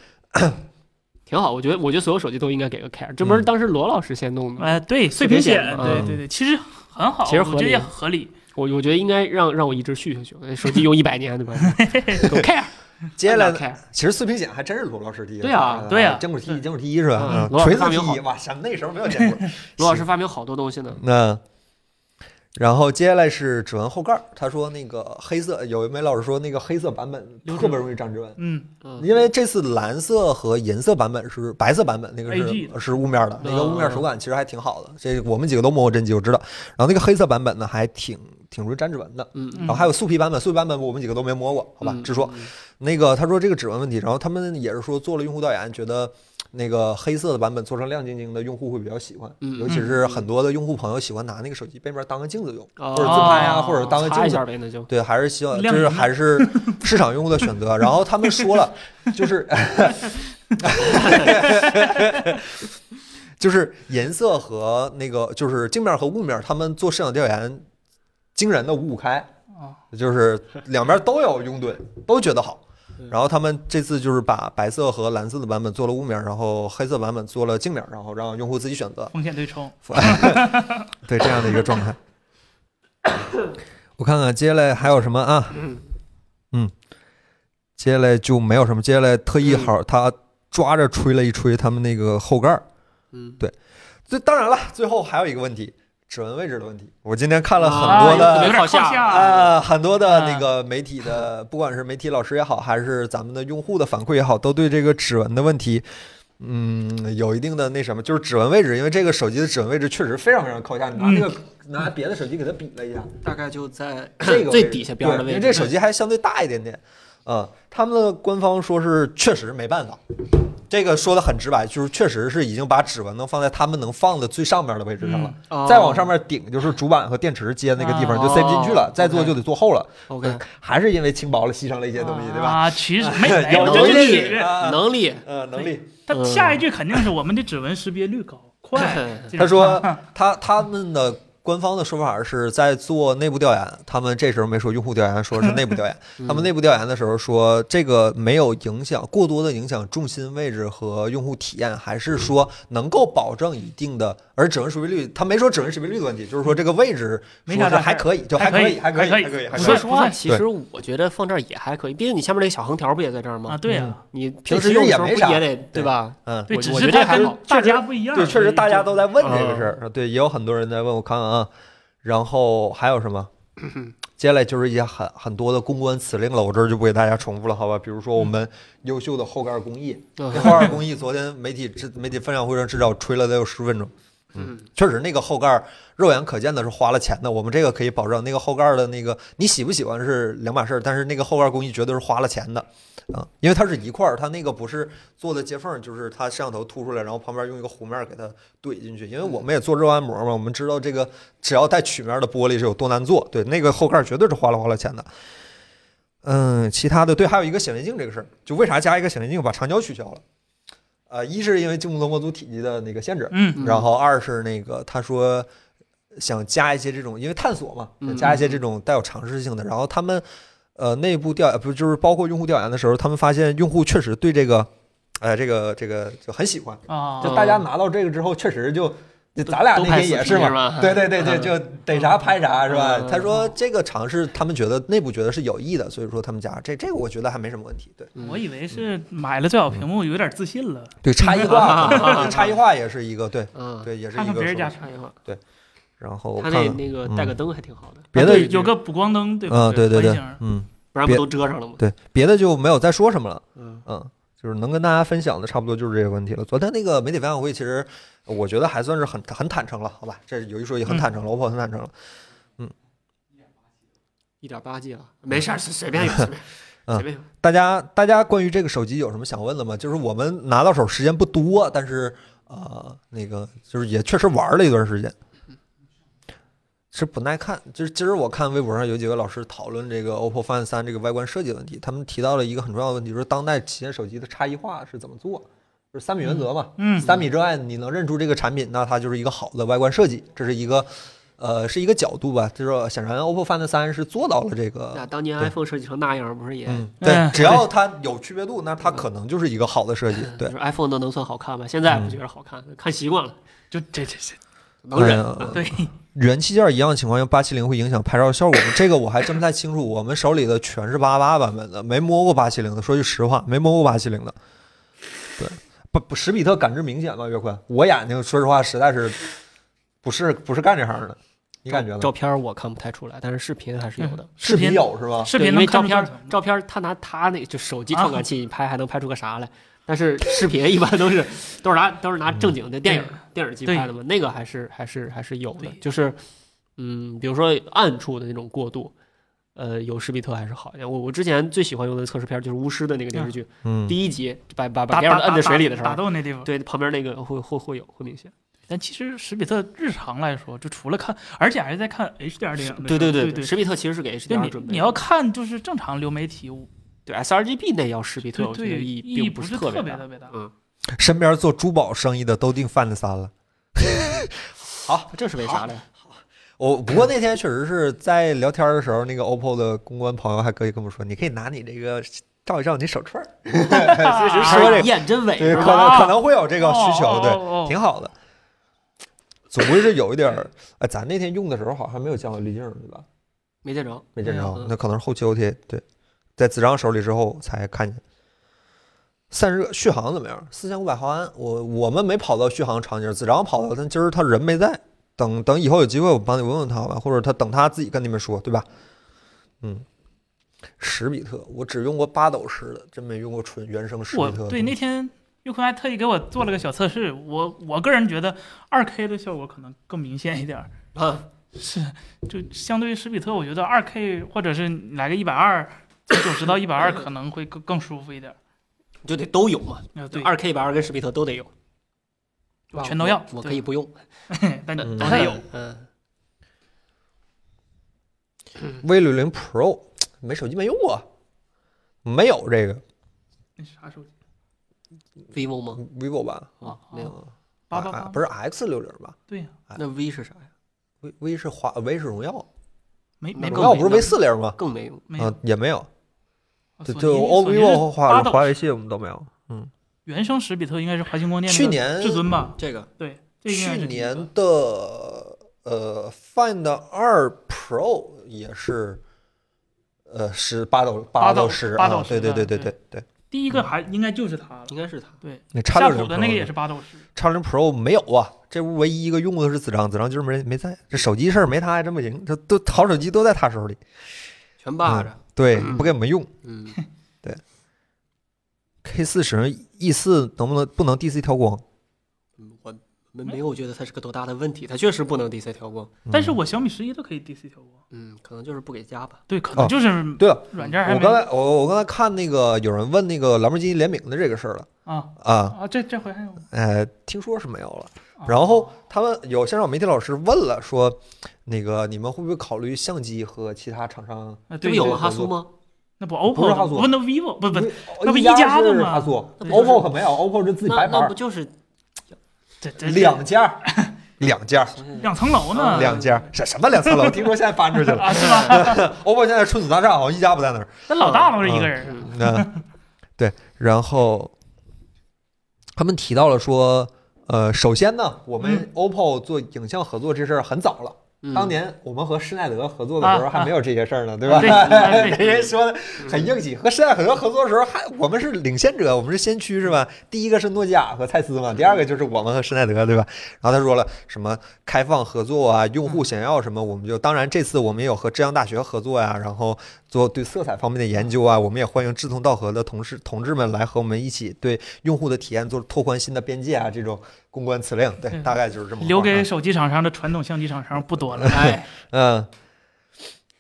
挺好。我觉得，我觉得所有手机都应该给个 Care，这不是当时罗老师先弄的吗？呃，对，碎屏屏险险，嘛对嗯对对，其实很好，其实我合觉得理也合理，我我觉得应该让让我一直续下去，手机用一百年对吧 [laughs] 有？Care，接下来呢， Care，其实碎屏险还真是罗老师提的。对啊嗯对啊坚果 T 坚果 T 是嗯吧？嗯罗老锤师子发明 T 哇塞，那时候没有坚果。 [laughs] 罗老师发明好多东西呢。那，然后接下来是指纹后盖儿，他说那个黑色，有一位老师说那个黑色版本留特指别纹容易长指纹。嗯，嗯因为这次蓝色和银色版本是白色版本，那个 AG 是是雾面的，那个嗯雾面手感其实还挺好的。这我们几个都摸过真机，我知道。然后那个黑色版本呢，还挺挺容易粘指纹的。嗯，然后还有素皮版本，素皮版本我们几个都没摸过，好吧，直说。，那个他说这个指纹问题，然后他们也是说做了用户调研，觉得那个黑色的版本做成亮晶晶的，用户会比较喜欢，嗯尤其是很多的用户朋友喜欢拿那个手机背面当个镜子用，或或者自拍啊，或者当个哦擦镜一子下。呗，那就对，还是希望就亮是屏还是市场用户的选择。然后他们说了，就是 [laughs] 就是颜色和那个就是镜面和雾面，他们做市场调研惊人的五五开啊，就是两边都有拥趸，都觉得好嗯。然后他们这次就是把白色和蓝色的版本做了雾面，然后黑色版本做了镜面，然后让用户自己选择。风险对冲， [laughs] 对这样的一个状态。我看看接下来还有什么啊？嗯，接下来就没有什么。接下来特意好，他抓着吹了一吹他们那个后盖儿。嗯，这当然了，最后还有一个问题，指纹位置的问题。我今天看了啊很多有有的点点靠靠下下呃很多的那啊个媒体的，不管是媒体老师也好，还是咱们的用户的反馈也好，都对这个指纹的问题。嗯，有一定的那什么，就是指纹位置，因为这个手机的指纹位置确实非常非常靠下。你拿那个、拿别的手机给它比了一下，大概就在这个最位置底下边儿的对位因为置，嗯这手机还相对大一点点。嗯，他们的官方说是确实没办法，这个说的很直白，就是确实是已经把指纹能放在他们能放的最上面的位置上了，哦再往上面顶就是主板和电池接那个地方哦就塞不进去了，再做 OK 就得做厚了。 [laughs] ，OK，还是因为轻薄了牺牲了一些东哦西，对吧？啊，其实 [laughs] 没有有能这力是啊能力，呃，能力。嗯他下一句肯定是我们的指纹识别率高，快。嗯这种他说他他们的官方的说法是在做内部调研，他们这时候没说用户调研，说 [laughs] 是内部调研。嗯他们内部调研的时候说，这个没有影响过多的影响重心位置和用户体验，还是说能够保证一定的。而指纹识别率，他没说指纹识别率的问题，就是说这个位置没说啥是大事儿还可以，就还可可以，以还可以，还可还以可以，还不可说以算。实不话，算其实我觉得放这儿也还可以，毕竟你下面那个小横条不也在这儿啊，吗？对啊，你平时用的时候不也得对吧？嗯，对，我只我是觉他得还跟好大家不一样。对，确所实以大家就都在问这个事儿。对，也有很多人在问，我看看啊，然后还有什么？接下来就是一些很很多的公关词令了，我这儿就不给大家重复了，好吧？比如说我们优秀的后盖工艺，嗯那后盖工艺昨天媒体制媒体分享会上至少吹了得有十分钟。嗯，确实那个后盖儿肉眼可见的是花了钱的，我们这个可以保证，那个后盖儿的那个你喜不喜欢是两码事儿，但是那个后盖儿工艺绝对是花了钱的，啊、因为它是一块儿，它那个不是做的接缝儿，就是它摄像头凸出来，然后旁边用一个弧面儿给它怼进去，因为我们也做肉按摩嘛，我们知道这个只要带曲面的玻璃是有多难做，对，那个后盖儿绝对是花了花了钱的。嗯，其他的对，还有一个显微镜这个事儿，就为啥加一个显微镜把长焦取消了？呃，一是因为静默模组体积的那个限制，嗯，然后二是那个他说想加一些这种，因为探索嘛，嗯想加一些这种带有尝试性的。然后他们呃内部调不就是包括用户调研的时候，他们发现用户确实对这个，呃这个这个就很喜欢，啊哦嗯就大家拿到这个之后，确实就就咱俩那天也是嘛，嘛对对对对，嗯就逮啥拍啥是吧？嗯他说这个尝试他们觉得内部觉得是有益的，所以说他们家这这个我觉得还没什么问题，对。嗯我以为是买了最好屏幕，有点自信了，对差异化，可能差异化也是一个对嗯，对，也是看一看个别人说家法。啥看一会儿，然后我他看那看嗯那个带个灯还挺好的，别啊的对有个补光灯，对吧？嗯，对对环对形儿，嗯，不然不都遮上了吗？对，别的就没有再说什么了。嗯，嗯，就是能跟大家分享的差不多就是这些问题了。昨天那个媒体分享会，其实我觉得还算是很很坦诚了，好吧？这有一说一，很坦诚了，OPPO 很坦诚了。一点八 G 了，没事儿，随随便用，随便嗯用随便用。大家大家关于这个手机有什么想问的吗？就是我们拿到手时间不多，但是呃，那个就是也确实玩了一段时间。是不耐看，就是今儿我看微博上有几个老师讨论这个 OPPO Find 三这个外观设计问题，他们提到了一个很重要的问题，就是当代旗舰手机的差异化是怎么做，就是三米原则嘛，嗯，三米之外你能认出这个产品，那它就是一个好的外观设计，这是一个呃是一个角度吧，就是说显然 OPPO Find 三是做到了这个那当年对 iPhone 设计成那样，不是也嗯，嗯对，只要它有区别度，那它可能就是一个好的设计。对嗯就，是 iPhone 都能算好看吗？现在不觉得好看，看习惯了，就这这这，能忍。嗯对，元器件一样情况下，八七零会影响拍照效果吗，这个我还真不太清楚。我们手里的全是八八版本的，没摸过八七零的。说句实话，没摸过八七零的。对，不不，史比特感知明显吗？岳坤，我眼睛说实话实在是不是不是干这行的，你感觉呢？照片我看不太出来，但是视频还是有的。嗯视频视频有是吧？视对频因为能照看出啊片正常照片他拿他那就手机传感器拍还能拍出个啥来，但是视频一般都是都是拿都是拿正经的电影电影机嗯对拍的嘛，那个还是还是还是有的对，就是嗯，比如说暗处的那种过渡，呃，有施比特还是好一点。我我之前最喜欢用的测试片就是巫师的那个电视剧，嗯，第一集把把把打别人打摁在水里的时打打候，斗那地方。对旁边那个会会会有会明显。但其实史比特日常来说，就除了看，而且还是在看 H 点零。对对对对，施比特其实是给 H D 就 R 你准备的。你要看就是正常流媒体，对 S R G B 那要施比特，对我觉得对，意意义并不是特别别大。特别大。嗯，身边做珠宝生意的都订范子三了。好，哦这是为啥嘞？我不过那天确实是在聊天的时候，那个 OPPO 的公关朋友还可以跟我说，你可以拿你这个照一照你手串儿，其实说这是个以啊眼真伪对，是可吧？能可能会有这这个需求，对，对挺好的。总归是有一点儿，哎，咱那天用的时候好像没有降过滤镜，对吧？没见着。没见着嗯，那可能是后期 OTA 对，在子章手里之后才看见。散热续航怎么样？四千五百毫安，我我们没跑到续航场景，子章跑到，但今儿他人没在。等等以后有机会我帮你问问他好吧，或者他等他自己跟你们说，对吧？嗯，十比特，我只用过八斗十的，真没用过纯原生十比我特的。对那天岳坤还特意给我做了个小测试，我我个人觉得二 K 的效果可能更明显一点儿，啊，就相对于史比特，我觉得二 K 或者是你来个一百二，九十到一百二可能会更更舒服一点儿。你就得都有嘛，啊，对，二 K 版二跟施比特都得有，对吧全都要我我对可以不用， [laughs] 但嗯都得有。。嗯， V 六零 Pro 没手机没用过，没有这个那是啥手机？ vivo 吗？嗯 vivo 吧？哦啊，没有。有，八八啊八？不是 X 六零吧对呀，那 V 是啥呀？ ？V V 是华为是荣耀，没那哎没荣更耀够不是 V 四零吗？更没有。没啊有。，哦也没有，对，嗯索就尼 O 索尼 vivo 和华八斗华为系我们都没有。原生史比特应该是华星光电的去年至尊吧？这个对，这应该去是第一个年的呃 Find 二 Pro 也是，呃十八斗八斗斗十八斗啊，十对对的对对对对对，第一个还应该就是它了应。该是它。对，那叉夏六普零的那个也是八斗士。叉零 Pro 没有啊，这屋唯一一个用的是子章，子章今儿没没在，这手机事儿没他还真不行，这都好手机都在他手里，全霸着。对，嗯不给我们用。嗯， [laughs] K 四十 E 四能不能不能 DC 调光？嗯我没没有觉得它是个多大的问题，它确实不能 DC 调光。嗯但是我小米十一都可以 DC 调光。嗯，可能就是不给加吧。对，可能哦就是对了，软件还我没刚才我我刚才看那个有人问那个兰博基尼联名的这个事儿了啊啊，啊，这这回还有。呃，听说是没有了。啊然后他们有现场媒体老师问了说，那个你们会不会考虑相机和其他厂商？啊，这对，不有对了哈苏吗？那不不 OPPO 是的哈苏不那 vivo 不不，那不一一家的是吗哈苏那不就是，OPPO 可没有，OPPO 是自己那白牌那儿不，就是这这两 [laughs] 家，两家。两层楼呢，啊两家什什么两层楼？听说现在搬出去了啊是吧？ [laughs] ，OPPO 现在春子大厦好像一家不在那儿。 [laughs] 那老大都是一个嗯嗯人啊，那 [laughs] 对，然后他们提到了说，呃，首先呢，我们嗯 OPPO 做影像合作这事儿很早了，当年我们和施耐德合作的时候啊还没有这些事儿呢，对啊吧？对啊对 [laughs] 人家说的很硬气，和施耐德合作的时候还我们是领先者，我们是先驱是吧？第一个是诺基亚和蔡司嘛，第二个就是我们和施耐德对吧？然后他说了什么开放合作啊，用户想要什么我们就，当然这次我们也有和浙江大学合作呀、然后做对色彩方面的研究啊，我们也欢迎志同道合的同事同志们来和我们一起对用户的体验做拓宽新的边界啊，这种公关辞令，对，嗯大概就是这么个留话啊给手机厂商的传统相机厂商 [laughs] 不多了。哎，嗯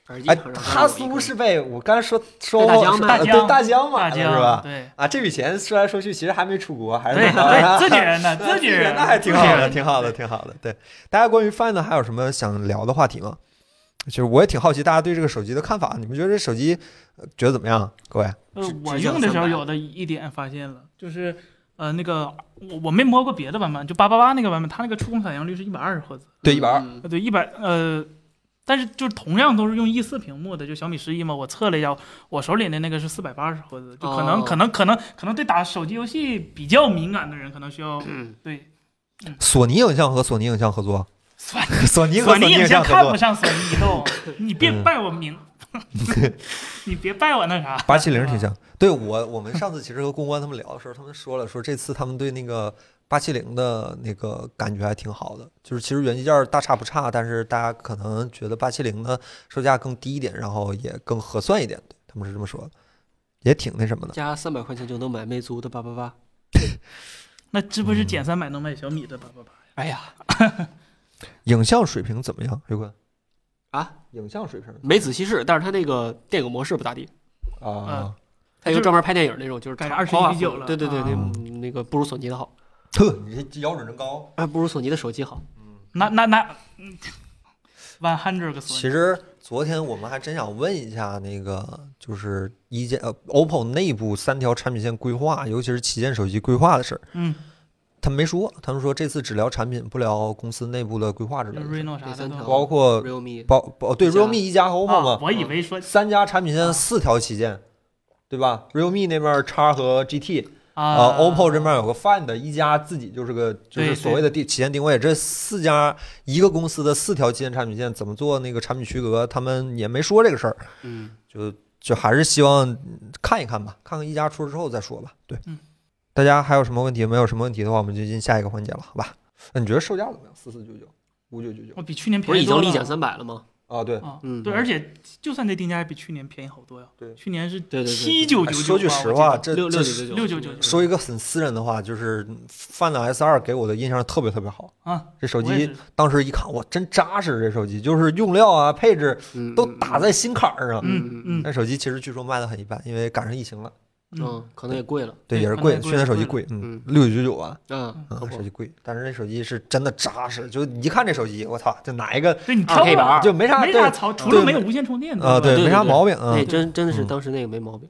耳机哎厂商，哈苏是被我刚才说说对大疆是买的对大疆买大的疆是吧？对啊，这笔钱说来说去其实还没出国，还是对那啥对，哎自己人的哎 [laughs] 自己人，那还挺自好己的，人挺好的，。挺好的。对，大家关于 Find 还有什么想聊的话题吗？就是我也挺好奇大家对这个手机的看法，你们觉得这手机呃觉得怎么样？各位，呃只，我只讲用的时候300有的一点发现了，就是呃那个我我没摸过别的版本，就八八八那个版本，它那个触控采样率是一百二十赫兹。对一百二，嗯呃，对，一百呃，但是就是同样都是用 E 四屏幕的，就小米十一嘛，我测了一下，我手里的那个是四百八十赫兹，就可能、哦可能可能可能对打手机游戏比较敏感的人，可能需要嗯对索尼影像和索尼影像合作，索尼索尼和索索尼影影像合看不作，上索尼移 [laughs] 动，你别嗯拜 [laughs] 我名，你别拜我那啥，八七零挺像。对我，我们上次其实和公关他们聊的时候，他们说了，说这次他们对那个八七零的那个感觉还挺好的，就是其实原器件大差不差，但是大家可能觉得八七零的售价更低一点，然后也更合算一点，他们是这么说的，也挺那什么的。加三百块钱就能买魅族的八八八。那这不是嗯减三百能买小米的八八八？哎呀，影像水平怎么样，刘坤？啊，影像水平没仔细试，但是它那个电影模式不咋地，啊，它有专门拍电影那种，就是哎改21长比9了对对对，啊那那个不如索尼的好，呵，你这瞄准真高。啊，不如索尼的手机好。那那那，one hundred 个索其尼，实昨天我们还真想问一下那个，就是一键呃 OPPO 内部三条产品线规划，尤其是旗舰手机规划的事儿，嗯，他们没说，他们说这次只聊产品，不聊公司内部的规划之类就的事儿， Reno 啥那的三条都。包括 realme 包包对一家 realme 一家和 OPPO 啊嘛，我啊以为说三家产品线四条旗舰，对吧？realme 那边 X 和 GT，啊啊、o p p o 这边有个 Find，一家自己就是个就对是所谓的定旗舰定位，这四家一个公司的四条旗舰产品线怎么做那个产品区隔，他们也没说这个事儿，嗯，就就还是希望嗯看一看吧，看看一家出之后再说吧。对，嗯大家还有什么问题？没有什么问题的话，我们就进下一个环节了，好吧？那你觉得售价怎么样？四四九九，五九九九我比去年不是便已宜多经了。立减三百了吗？啊？对，啊，嗯对，而且就算这定价也比去年便宜好多呀。对去年是对对对七九哎九九。说句实话，我记这六这六是九九六九九九说一个很私人的话，就是嗯 Find S 二给我的印象特别特别好，得啊，这手我也机是当时一看，哇，真扎实！这手机就是用料啊、配置都打在心坎儿上。嗯嗯但手机其实据说卖的很一般，因为赶上疫情了，嗯，嗯，可能也贵了，对，对也是可能贵也。贵去年手机贵，嗯，六九九九啊，嗯，嗯可，手不机贵。但是这手机是真的扎实，就你一看这手机，我操，这哪一个对你挑 2K 不版了，就没啥啊没啥槽，除了没有无线充电啊？对吧，没啥毛病啊那。真真的是嗯当时那个没毛病，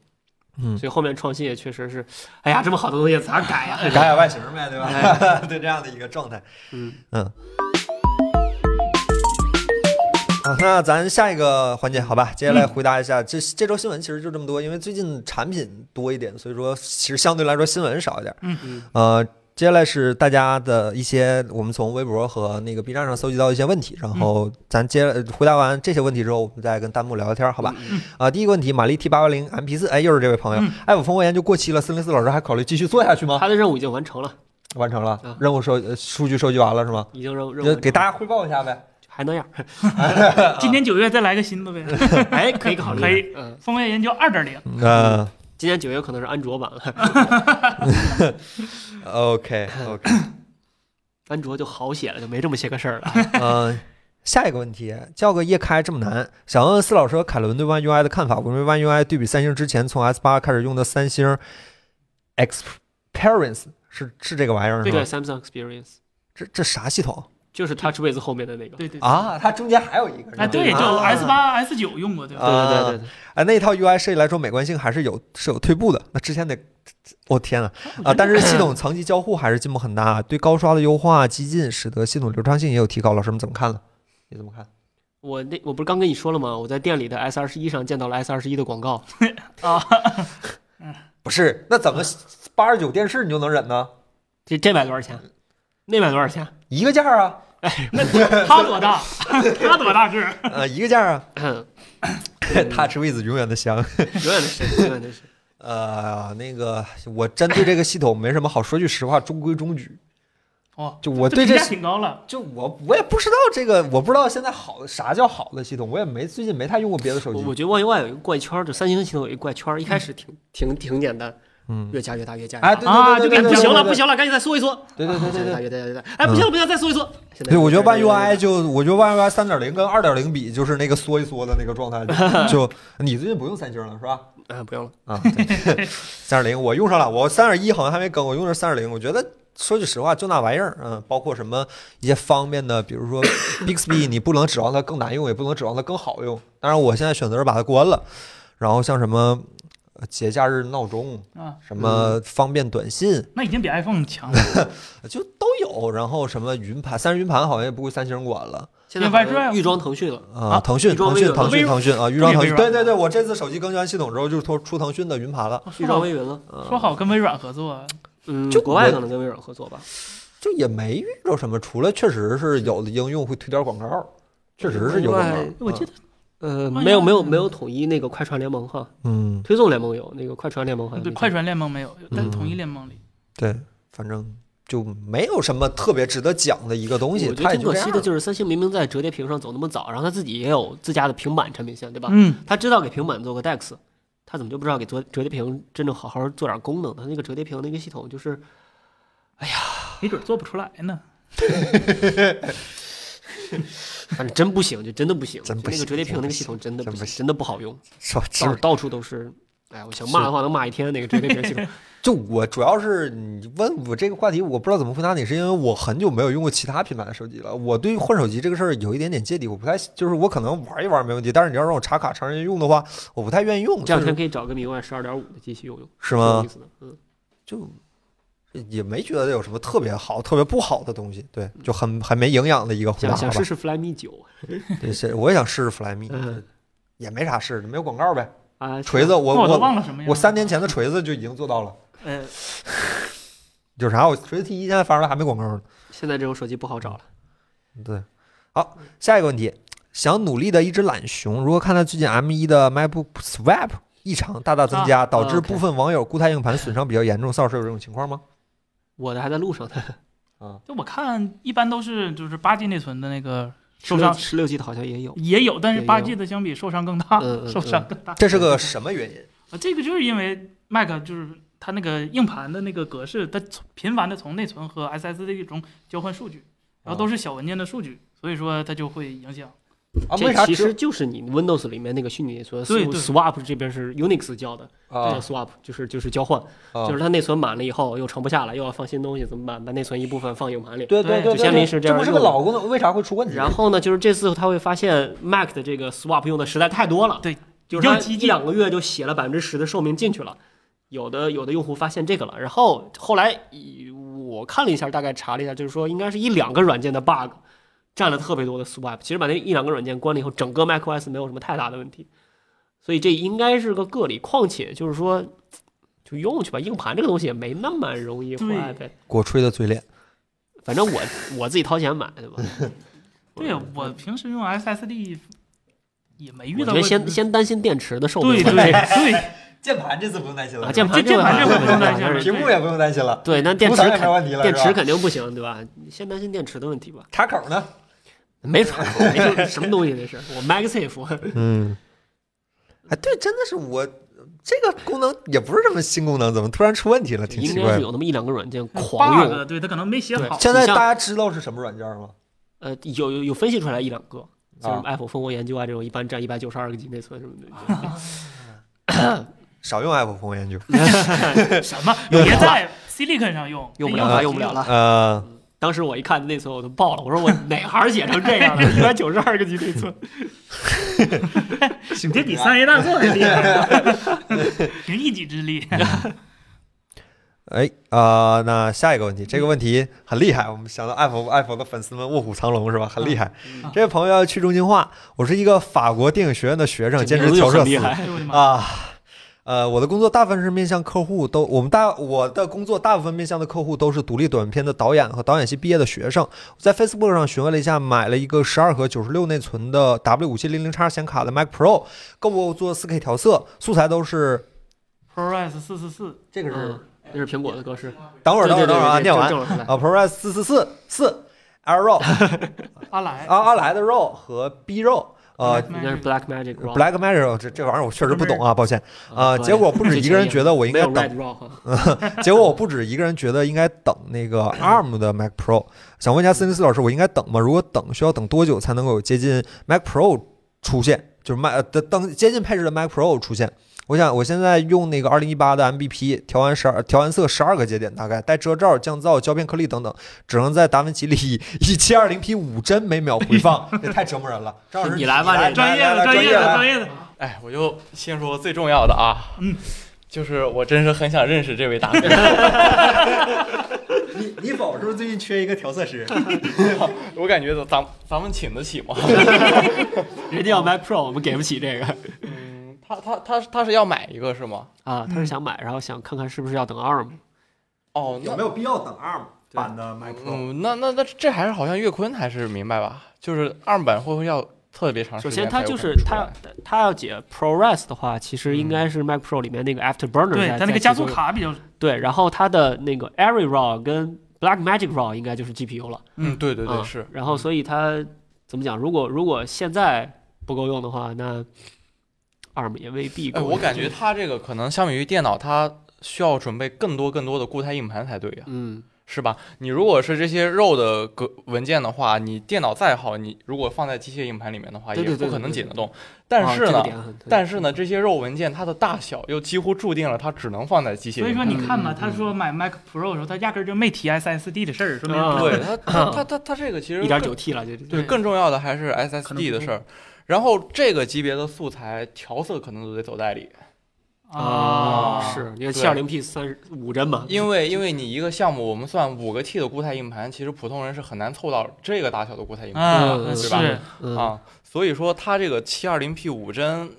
嗯所以后面创新也确实是，哎呀，这么好的东西咋改呀？改改外形呗，对哎吧？ [laughs] 对这样的一个状态嗯，啊。那咱下一个环节好吧，接下来回答一下这这周新闻，其实就这么多，因为最近产品多一点，所以说其实相对来说新闻少一点。嗯呃，接下来是大家的一些我们从微博和那个 B 站上搜集到一些问题，然后咱接呃回答完这些问题之后，我们再跟弹幕聊聊天，好吧？啊、第一个问题，玛丽 T 八幺零 MP 四，哎，又是这位朋友嗯，爱普蜂窝研究过期了，森林四老师还考虑继续做下去吗？嗯他的任务已经完成了，完成了啊，任务收呃数据收集完了是吗？已经任务任务就完呃给成大了家汇报一下呗。还那样，今年九月再来个新的啊呗。哎，可以考虑，可以，嗯，风月研究二点零，嗯、今年九月可能是安卓版了， o k OK，安卓就好写了，就没这么些个事儿了。嗯、下一个问题，叫个夜开这么难，想问问四老师和凯伦对 One UI 的看法。我认为 One UI 对比三星之前从 S 八开始用的三星 Experience 是是这个玩意儿是对吗？ ，Samsung Experience 这这啥系统就是 Touch Wiz 后面的那个，对对，啊？它中间还有一个是吧哎对，就啊 S 八 S 九用过对吧？对对对对哎，那一套 UI 设计来说，美观性还是有是有退步的。那之前得， [laughs] 我、天呐啊！但是系统层级交互还是进步很大，对高刷的优化激进，使得系统流畅性也有提高。老师们怎么看呢？你怎么看？我那我不是刚跟你说了吗？我在店里的 S 二十一上见到了 S 二十一的广告，不是，那怎么八十九电视你就能忍呢？这这买多少钱？那买多少钱？一个价儿啊，他多大？ [laughs] 他多大个儿？呃，一个价儿啊。嗯 Touch Wiz 永远的香。永远的是，永远的是。呃，那个，我真对这个系统没什么好说句实话，中规中矩。哦，就 [laughs] 我这对评这价，挺高了，就我我也不知道这个，我不知道现在好的啥叫好的系统，我也没最近没太用过别的手我机我。觉得 One UI 有一个怪圈儿，就三星系统有一个怪圈儿，一开始挺挺挺简单，嗯，越加越大，越加越大。哎，对啊对对就对感对，觉不对行了，对不行了，赶紧再缩一缩。对对对对越大对。越大越大。哎，不行了，不行了，再缩一缩。现在对，我觉得 One 越来越 UI 就，我觉得 One UI 三点零跟二点零比，就是那个缩一缩的那个状态。就就你最近不用三星了是吧？啊，不用了。啊，三点零我用上了，我三点一好像还没更，我用的是三点零。我觉得说句实话，就那玩意儿，嗯，包括什么一些方面的，比如说 Bixby，你不能指望它更难用，也不能指望它更好用。当然，我现在选择是把它关了。然后像什么呃节假日闹钟，啊，什么方便短信，那已经比 iPhone 强了。就都有。然后什么云盘，三星云盘好像也不归三星管了。现在好像预装腾讯了。啊，啊腾讯、预装腾微讯、软腾讯、微腾讯啊，预装也腾微讯。对软对对，我这次手机更新完系统之后，就出出腾讯的云盘了，预装微云了，说好跟微软合作，嗯，就国外我可能跟微软合作吧，就也没遇着什么，除了确实是有的应用会推点广告，确实是有广告另外。我记得，得呃，哎呀没有没有没有统一那个快传联盟哈，嗯，推送联盟有那个快传联盟好像呃对没快传联盟没有，但统一联盟里对，反正就没有什么特别值得讲的一个东西，我觉它得也挺就可这惜样的。就是三星明明在折叠屏上走那么早，然后他自己也有自家的平板产品线，对吧？嗯，他知道给平板做个 DeX，他怎么就不知道给做折叠屏真正好好做点功能呢？他那个折叠屏那个系统就是没准做不出来呢。反正真不行，就真的不行，真不就那行个折叠屏真不那个行系统真的真不不行，真的不好用，是吧？到是到处都是。哎，我想骂的话能骂一天那个折叠屏 [laughs] 系统。就我主要是你问我这个话题，我不知道怎么回答你，是因为我很久没有用过其他品牌的手机了。我对换手机这个事儿有一点点芥蒂，我不太就是我可能玩一玩没问题，但是你要让我插卡长时间用的话，我不太愿意用。这两就天是可以找个米万十二点五的机器用用，是挺有吗意？思的，嗯，就也没觉得有什么特别好、特别不好的东西，对，就很很没营养的一个回答想吧。想试试 Flyme 九，对，是我也想试试 Flyme，、嗯也没啥试的，没有广告呗。啊，锤子，我那我都我忘了什么样了。我三年前的锤子就已经做到了，呃，有啥？我锤子 T 一现在发出来还没广告呢。现在这种手机不好找嗯了。对，好，下一个问题，想努力的一只懒熊，如何看待最近 M 1的 MacBook Swap 异常大大增加，导致 OK 部分网友固态硬盘损伤比较严重？邵老师有这种情况吗？我的还在路上呢，就我看一般都是就是八 G 内存的那个十受六伤十六 G 的好像也有，也有，但是也八有 G 的相比受伤更大，嗯嗯 [laughs] 受伤更大。这是个什么原因？啊，这个就是因为 Mac 就是它那个硬盘的那个格式，它从频繁的从内存和 SSD 中交换数据，然后都是小文件的数据，所以说它就会影响。啊，为这啥其只实就是你 Windows 里面那个虚拟内存对对 swap 这边是 Unix 叫的，叫啊 swap 就是就是交换，啊就是它内存满了以后又盛不下了，又要放新东西，怎么办？把内存一部分放硬盘里。对对对就相当于是这这样不是个用的老功能，为啥会出问题？然后呢，就是这次他会发现 Mac 的这个 swap 用的实在太多了，对，就是它要激一进两个月就写了百分之十的寿命进去了。有的有的用户发现这个了，然后后来以我看了一下，大概查了一下，就是说应该是一两个软件的 bug 占了特别多的 swap。其实把那一两个软件关了以后，整个 macOS 没有什么太大的问题，所以这应该是个个例。况且就是说，就用去吧，硬盘这个东西也没那么容易坏呗。给我吹的嘴脸。反正我我自己掏钱买的吧。对我平时用 SSD 也没遇我到觉过。得先先担心电池的寿对命。对对，键盘这次不用担心啊，键盘这键盘这这回回不不用用担担心心了了屏幕也不用担心了， [laughs] 对，那电图池层也没肯问题了，电是吧池肯定不行，对吧？你先担心电池的问 [laughs] 题吧。插口呢？没传过，没传过什么东西这是？我 MagSafe，嗯，哎，对，真的是我这个功能也不是什么新功能，怎么突然出问题了？ [laughs] 挺应奇该怪是的。有那么一两个软件狂 bug，用，对它可能没写好。现在你像大家知道是什么软件吗？呃，有有有分析出来一两个，像什啊么 Apple 蜂窝研究啊这种，一般占一百九十二个 G 内存什么 [laughs] 少用 Apple 蜂窝 [laughs] 研究。的，什 [laughs] 么？别在 Silicon 上用，用不那了了了，用不了了。呃，当时我一看内存我都爆了，我说我哪行写成这样了？一百九十二个 G 内存，你这比三 A 大作还厉害， [laughs] 凭一己之力。哎啊、那下一个问题，这个问题很厉害，我们想到 Apple Apple 的粉丝们卧虎藏龙是吧？很厉害。嗯这位朋友要去中心化，我是一个法国电影学院的学生，兼简职直调很色厉师害。哎呦我的妈！啊。呃，我的工作大部分是面向客户，都我们大我的工作大部分面向的客户都是独立短片的导演和导演系毕业的学生。我在 Facebook 上询问了一下，买了一个十二核九十六内存的 W 五七零零叉显卡的 Mac Pro，够不够做四 K 调色？素材都是 ProRes 四四四， [laughs] 这个嗯，那是苹果的格 [laughs] 式。等会儿等会儿对对等会儿啊，对念对，完正正好来。啊，ProRes 四四四四 L 肉阿莱啊阿阿莱的肉和 B 肉，呃应该是 Black Magic Raw。 ，Black Mirror 这这玩意儿我确实不懂啊，抱歉啊。 Black 结果不止一个人觉得我应没该有等， Red Raw 哈。 [laughs] 结果我不止一个人觉得应该等那个 ARM 的 Mac Pro。想嗯问一下森林四老师，我应该等吗？如果等，需要等多久才能够有接近 Mac Pro 出现？就是 Mac 的等接近配置的 Mac Pro 出现？我想我现在用那个二零一八的 MBP 调完十二调完色十二个节点，大概带遮罩、降噪、胶片颗粒等等，只能在达芬奇里以 [laughs] 一七二零 P 五帧每秒回 [laughs] 放，这太折磨人了。张老师，你来吧这个专业的，专专业的，来专业的。啊哎，我就先说最重要的啊，嗯，就是我真是很想认识这位大哥， [laughs] 你你宝是不是最近缺一个调色 [laughs] 师？我感觉咱咱们请得起吗？人家要 Mac Pro，我们给不起这个嗯，他他他他是要买一个是吗？啊。他是想买，然后想看看是不是要等 ARM。哦，那有没有必要等 ARM 版的 Mac Pro？嗯，那那那这还是好像岳坤还是明白吧？就是二版会不会要特别长首时间？先，它就是它它要解 ProRes 的话，其实嗯应该是 Mac Pro 里面那个 Afterburner 对在它那在个加其中速卡比较，对，然后它的那个 Arri Raw 跟 Black Magic Raw 应该就是 GPU 了。嗯，对对对，啊是。然后所以它怎么讲？如果如果现在不够用的话，那 ARM 也未必够哎，用。我感觉它这个可能相比于电脑，它需要准备更多更多的固态硬盘才对呀、嗯，是吧？你如果是这些肉的格文件的话，你电脑再好，你如果放在机械硬盘里面的话，对对也对不可能对对解得动。但啊是这个呢，点很但是呢，这些肉文件它的大小又几乎注定了它只能放在机械所以硬说盘里。你看嘛，嗯嗯他说买 Mac Pro 的时候，他压根儿就没提 SSD 的事儿，说明啊对它它它它它这个其实一点更九嗯 T 了，这对，对更重要的还是可能 SSD 不的够事儿。然后这个级别的素材调色可能都得走代理，啊，是，你看七二零 P 三十五帧嘛，因为因为你一个项目，我们算五个 T 的固态硬盘，其实普通人是很难凑到这个大小的固态硬盘啊，嗯是对吧嗯，啊。所以说它这个七二零 P 五帧，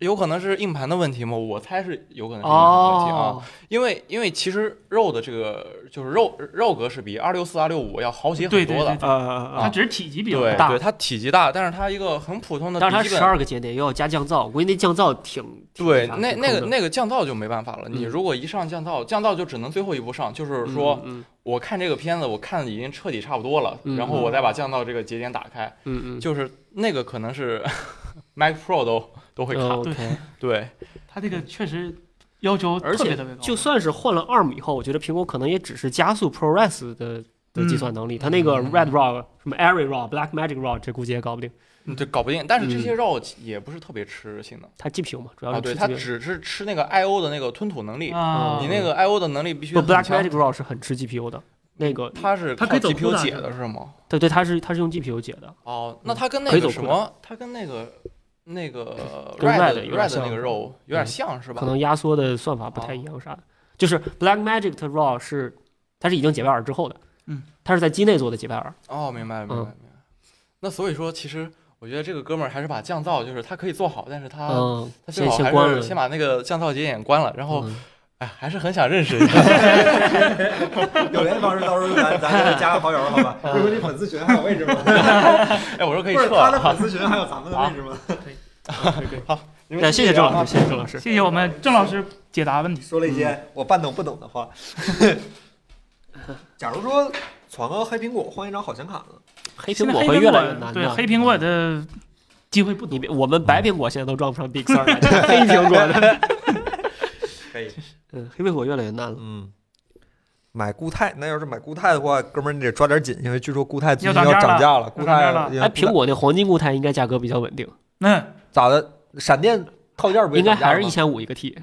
有可能是硬盘的问题吗？我猜是有可能是硬盘的问题啊。哦，因为因为其实肉的这个就是肉肉格式比二六四二六五要好写对很对多对的，对，啊它嗯呃，只是体积比较对大，对，它体积大，但是它一个很普通的笔但是它记十本，二个节点又要加降噪，我估计那降噪挺对，挺那挺那坑个的那个降噪就没办法了。你嗯如果一上降噪，降噪就只能最后一步上，就是说嗯我看这个片子，我看的已经彻底差不多了，嗯然后我再把降噪这个节点打开，嗯嗯，就是那个可能是 [laughs] Mac Pro 都都会卡。对。对，它这个确实要求而特别且特别高，就算是换了 ARM 以后，我觉得苹果可能也只是加速 ProRes 的的计算能嗯力，它那个 Red RAW、什么 Arri RAW、Black Magic RAW 这估计也搞不定。嗯这搞不定。但是这些嗯肉也不是特别吃性能它 GPU 嘛，主要啊，是对，吃它 GPU 只是吃那个 I/O 的那个吞吐能力。啊，嗯你那个 I/O 的能力必须不很 Black 强 Magic RAW 是很吃 GPU 的，那个它是它靠可以走 GPU CUDA 解是的是吗？对对，它是它是用 GPU 解的，哦，那嗯它跟那可以走个什酷的么，它跟那个那个 [laughs] 跟 Red Red 有点 Red 那像个肉有点嗯像是吧？可能压缩的算法不太一样啥的。就是 Black Magic RAW 是它是已经解外耳之后的，嗯，它是在机内做的解外耳，哦，明白了明白嗯了明白了。那所以说，其实我觉得这个哥们儿还是把降噪，就是他可以做好，但是他、嗯，他最先好先还关是了，先把那个降噪节点关了，然后、嗯哎，还是很想认识一下。 [laughs] [laughs] 有联系方式，到时候咱咱加个好友，好吧？嗯如果你粉丝群还有位置吗？哎，我说可以不是撤他了的 [laughs] 哈。粉丝群还有咱们的位置吗？你们对，谢谢郑继老师，谢续啊谢郑老师。谢谢我们郑老师解答问题。说了一些我半懂不懂的话。 [laughs] 假如说攒个黑苹果换一张好显卡呢？黑现在苹果黑会苹越果来越难的。啊对黑苹果的机会不你多别，我们白苹果现在都装不上 Big 三了， [laughs] 黑苹果的， [laughs] 可以，嗯，黑苹果越来越难了。嗯。买固态，那要是买固态的话，哥们儿你得抓点紧，因为据说固态最近要要涨价涨了价了。固要涨态价了因为哎，苹果那黄金固态应该价格比较稳定，那咋的？闪电套件不也应该涨价还了是一吗千五一个 T，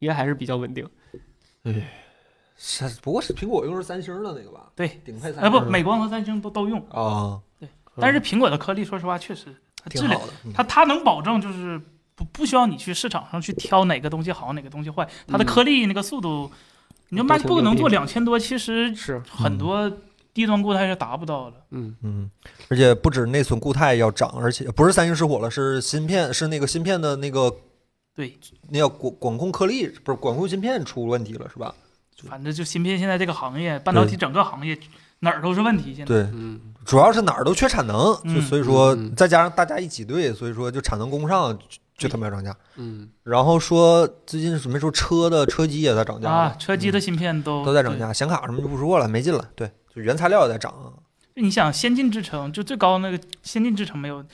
应该还是比较稳定。是，不过是苹果用是三星的那个吧？对，顶嗯配三星。哎不，嗯美光和三星都都用，啊，但是苹果的颗粒，说实话确实它质挺量好的。嗯它它能保证就是不不需要你去市场上去挑哪个东西好哪个东西坏，它的嗯颗粒那个速度，你就都挺 MacBook 牛能逼做的嗯两千多，其实是，很多低端固态是达不到的。嗯，嗯，而且不止内存固态要涨，而且不是三星失火了，是芯片，是那个芯片的那个对，那叫管管控颗粒，不是管控芯片出问题了是吧？反正就芯片现在这个行业，半导体整个行业哪儿都是问题。现在对，嗯，主要是哪儿都缺产能，就嗯所以说嗯嗯再加上大家一挤兑，所以说就产能供不上，就就他妈要涨价。嗯，然后说最近什么时候车的车机也在涨价啊了，，车机的芯片都嗯都在涨。价，显卡什么就不说了，没劲了。对，就原材料也在涨啊。对你想先进制程，就最高那个先进制程没有，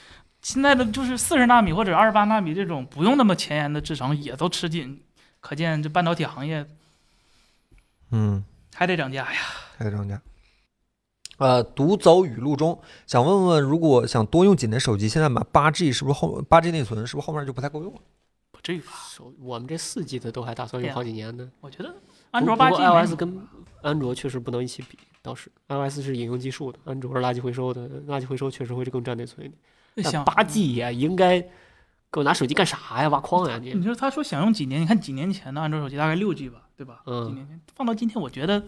现在的就是四十纳米或者二十八纳米这种不用那么前沿的制程也都吃紧，可见这半导体行业嗯。还得涨价呀。开张家。呃，独走语录中想问问，如果想多用几年手机，现在买八 G 是不是后八 G 内存是不是后面就不太够用了？不至于吧？手我们这四 G 的都还打算用好几年呢。我觉得安卓不八不过 G iOS 跟安卓确实不能一起比，倒是 iOS 是引用技术的，安卓是垃圾回收的，垃圾回收确实会更占内存一点。想八 G 也应该，给我拿手机干啥呀？挖矿呀你 [laughs] 你？说他说想用几年？你看几年前的安卓手机大概六 G 吧，对吧？嗯几年前放到今天，我觉得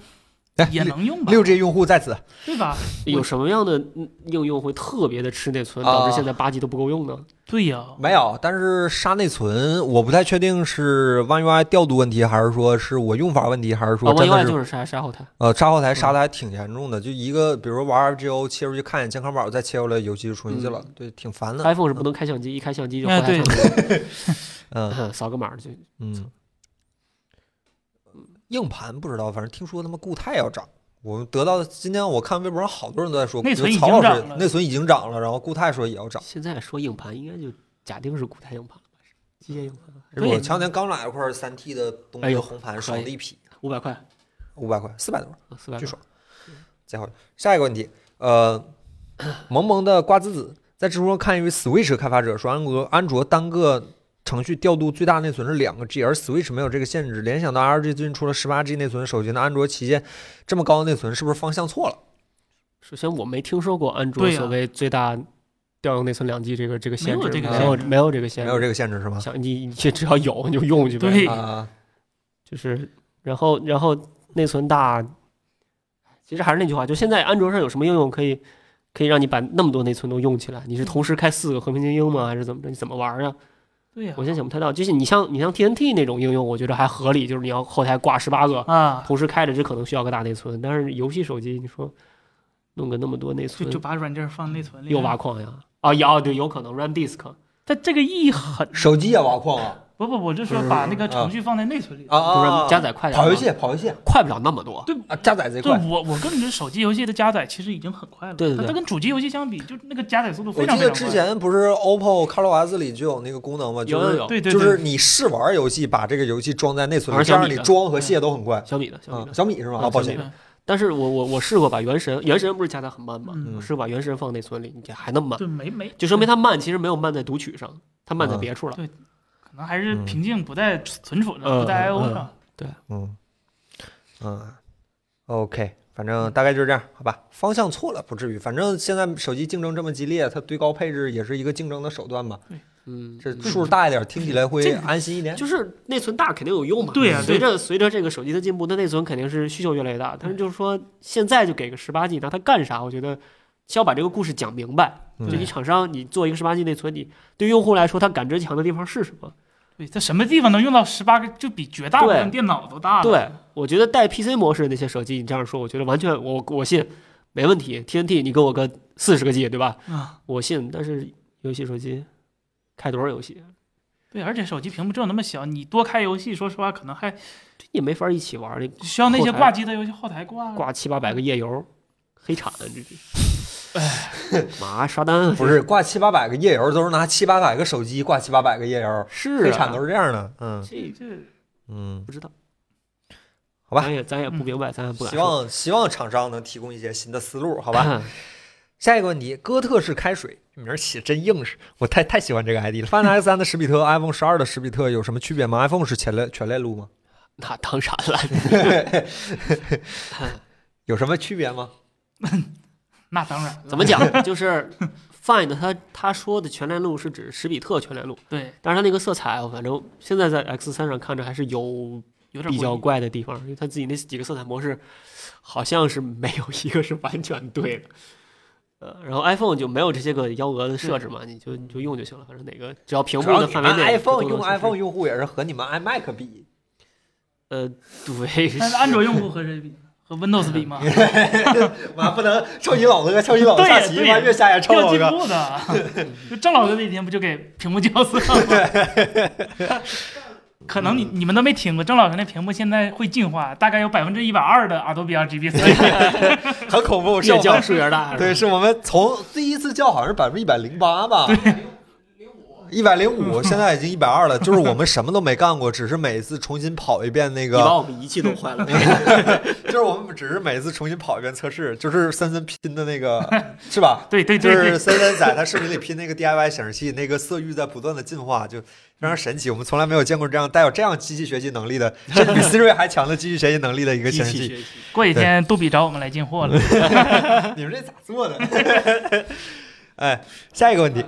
哎也能用 [laughs] 吧，六 G 用户在此，对吧？有什么样的嗯应用会特别的吃内存，导致现在八 G 都不够用呢？对呀、没有，但是杀内存，我不太确定是 One UI 调度问题，还是说是我用法问题，还是说啊，我真意的外是、就是杀杀后台。呃杀后台杀的还挺严重的，就一个比如说玩 FGO 切出去看一眼健康宝，再切回来游戏就重新去嗯了，对，挺烦的。 iPhone 是不能开相机，一开相机就哎回来 [laughs] 相嗯机， [laughs] 扫个码就。嗯，硬盘不知道，反正听说他妈固态要涨。我们得到的今天我看微博上好多人都在说，内存已经曹老师涨了内存已经涨了，然后固态说也要涨。现在说硬盘，应该就假定是固态硬盘了吧？是机械硬盘，对我前两天刚买了块三 T 的东哎芝呦红可盘，以爽的一批，五百块，五百块，四百多。啊四百巨爽。再好，下一个问题，呃， [coughs] 萌萌的瓜子子在知乎上看一位 Switch 开发者说，安卓安卓单个程序调度最大内存是两个 G，而 Switch 没有这个限制。联想到 LG 最近出了十八 G 内存手机，那安卓旗舰这么高的内存是不是方向错了？首先，我没听说过安卓对呀所谓最大调用内存两 G 这个这个限没有，这制个没限有制没有这个限没制，有这个限制是吗？想你你只要有你就用去呗。对啊、就是然后然后内存大，其实还是那句话，就现在安卓上有什么应用可以可以让你把那么多内存都用起来？你是同时开四个和平精英吗？还是怎么着？你怎么玩啊？对呀我现在想不太到。就是你像你像 TNT 那种应用，我觉得还合理，就是你要后台挂十八个啊，同时开着，这可能需要个大内存。但是游戏手机，你说弄个那么多内就存，就把软件放内存里又面，挖矿呀？啊，有对，有可能 RAM disk 但这个意义很手机也挖矿啊不不，我就嗯说把那个程序放在内存啊里。不啊是啊！加载快点吗，跑游戏，跑游戏快不了那么多。啊，加载贼对快。我，我个人觉得手机游戏的加载其实已经很快了，对对对它它跟主机游戏相比，就那个加载速度我非常记非得常之快。前不是 OPPO ColorOS 里就有那个功能嘛，就有是有有，对对对，就是你试玩游戏，把这个游戏装在内存里，玩这小样米你的嗯装和卸都很快。小米的，小米啊的，。小米是吗？嗯啊，抱小歉米，的但是我我我试过把原神，原神不是加载很慢吗？嗯我试过把原神放内存里，你还那么慢，对没没，就说明它慢，其实没有慢在读取上，它慢在嗯别处了。可能还是嗯瓶颈不在存储上，嗯不在嗯 I/O 嗯上。嗯嗯，OK，反正大概就是这样，好吧？方向错了不至于，反正现在手机竞争这么激烈，它堆高配置也是一个竞争的手段吧。嗯，这嗯数大一点，听起来会这个安心一点。就是内存大肯定有用嘛。对呀随着随着这个手机的进步，它内存肯定是需求越来越大。但是就是说，现在就给个十八 G，那它干啥？我觉得先要把这个故事讲明白。嗯就你厂商，你做一个十八 G 内存，你对用户来说，他感知强的地方是什么？对，在什么地方能用到十八个，就比绝大部分对电脑都大了。对，我觉得带 PC 模式的那些手机，你这样说，我觉得完全我我信，没问题。TNT 你给我个四十个 G 对吧？啊，我信。但是游戏手机开多少游戏，对，而且手机屏幕只有那么小，你多开游戏，说实话可能还这也没法一起玩儿，你需要那后些台挂机的游戏后台挂。挂七八百个夜游，黑产这是。 [laughs] 嘛刷单啊不是挂七八百个页游，都是拿七八百个手机挂七八百个页游，是黑啊产都是这样的。嗯这这这嗯，不知道，好吧啊咱也咱也不嗯明白，咱也不敢希说。望希望厂商能提供一些新的思路，好好吧？，下一个问题，哥特式开水，这名儿起得真硬实，我太太喜欢这个 ID 了。Find X 3的十比特，iPhone 十二的十比特有什么区别吗？iPhone 是全链全链路吗？那当然了，有什么区别吗？那当然了，怎么讲？就是 Find 他他说的全链路是指史比特全链路，对，但是它那个色彩，啊我反正现在在 X 3上看着还是有有点比较诡异怪的地方，因为它自己那几个色彩模式好像是没有一个是完全对的。呃，然后 iPhone 就没有这些个幺蛾子设置嘛，你就你就用就行了，反正哪个只要屏幕主要的你范们围内这都 iPhone 能用显示 iPhone 用户也是和你们 iMac 比，呃，对， [laughs] [laughs] 但是安卓用户和谁比？和 Windows 比吗？妈不能抄袭老哥，抄袭老哥对呀下棋，对呀妈越下越抄啊要老进哥。步的。就郑老哥那天不就给屏幕校色吗？ [laughs] 可能你你们都没听过，郑老师那屏幕现在会进化，大概有百分之一百二的 Adobe RGB，所以很恐怖，是越我叫们数学大，对，，是我们从第一次叫好像是百分之一百零八吧。一百零五，现在已经一百二了。就是我们什么都没干过，只是每次重新跑一遍那你 [laughs] 个。把我们仪器 [laughs] 都坏了。就是我们只是每次重新跑一遍测试，就是森森拼的那 [laughs] 个，是吧？对对就对是对，森森在他视频里拼那个 DIY 显示器，那个色域在不断的进化，就非常神奇。我们从来没有见过这样带有这样机器学习能力的，甚至比 Siri 还强的机器学习能力的一个机显器示器。学习，过几天杜比找我们来进货了。 [laughs] 你们这咋做的？ [laughs] 哎，下一个问 [laughs] 题，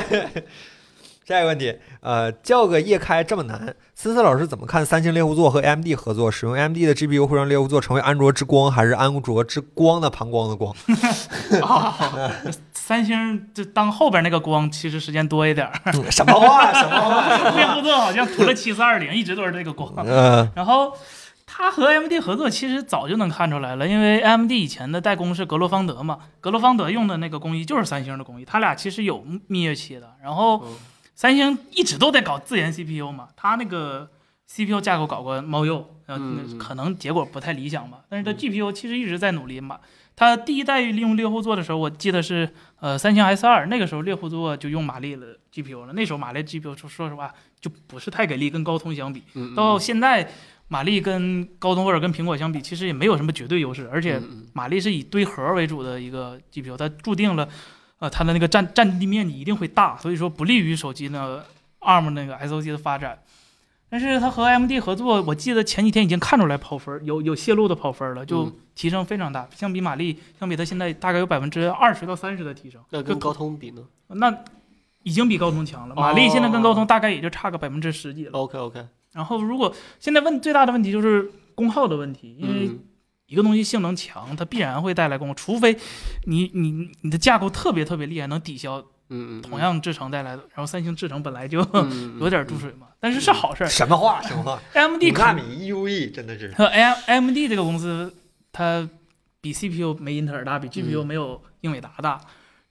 [laughs] 下一个问题，呃，叫个夜开这么难，思思老师怎么看三星猎户座和 AMD 合作？使用 AMD 的 GPU 会让猎户座成为安卓之光，还是安卓之光的膀胱的光？三星就当后边那个光，其实时间多一点儿。嗯 [laughs] 什么话？什么 [laughs] 话？猎户座好像除了七四二零，一直都是这个光。嗯然后他和 AMD 合作，其实早就能看出来了，因为 AMD 以前的代工是格罗方德嘛，格罗方德用的那个工艺就是三星的工艺，他俩其实有蜜月期的。然后嗯三星一直都在搞自研 CPU 嘛，他那个 CPU 架构搞过猫鼬，然后嗯那嗯可能结果不太理想吧。但是它嗯 GPU 其实一直在努力嘛。它第一代利用猎户座的时候，我记得是呃三星 S 二，那个时候猎户座就用马力的 GPU 了。那时候马力 GPU 说说实话就不是太给力，跟高通相比。嗯到现在，马力跟高通或者跟苹果相比，其实也没有什么绝对优势，而且嗯马力是以堆核为主的一个 GPU，它注定了，呃，它的那个占占地面积一定会大，所以说不利于手机呢 ARM 那个 SOC 的发展。但是它和 AMD 合作，我记得前几天已经看出来跑分儿有有泄露的跑分儿了，就嗯提升非常大。相比马力，相比它现在大概有百分之二十到三十的提升，那跟高哦通比呢那已经比高通强了。马力现在跟高通大概也就差个百分之十几了。 ？OK OK，然后如果现在问最大的问题就是功耗的问题，因为嗯一个东西性能强，它必然会带来功耗，除非你你你的架构特别特别厉害，能抵消嗯嗯，同样制程带来的。然后三星制程本来就 [laughs] 嗯有点注水嘛，但是是好事儿。什么话？什么 [laughs] 话？ AMD 五纳肯 E 米 EUE 真的是啊和呃 A M D 这个公司，它比 C P U 没英特尔大，比 G P 嗯 U 没有英伟达大。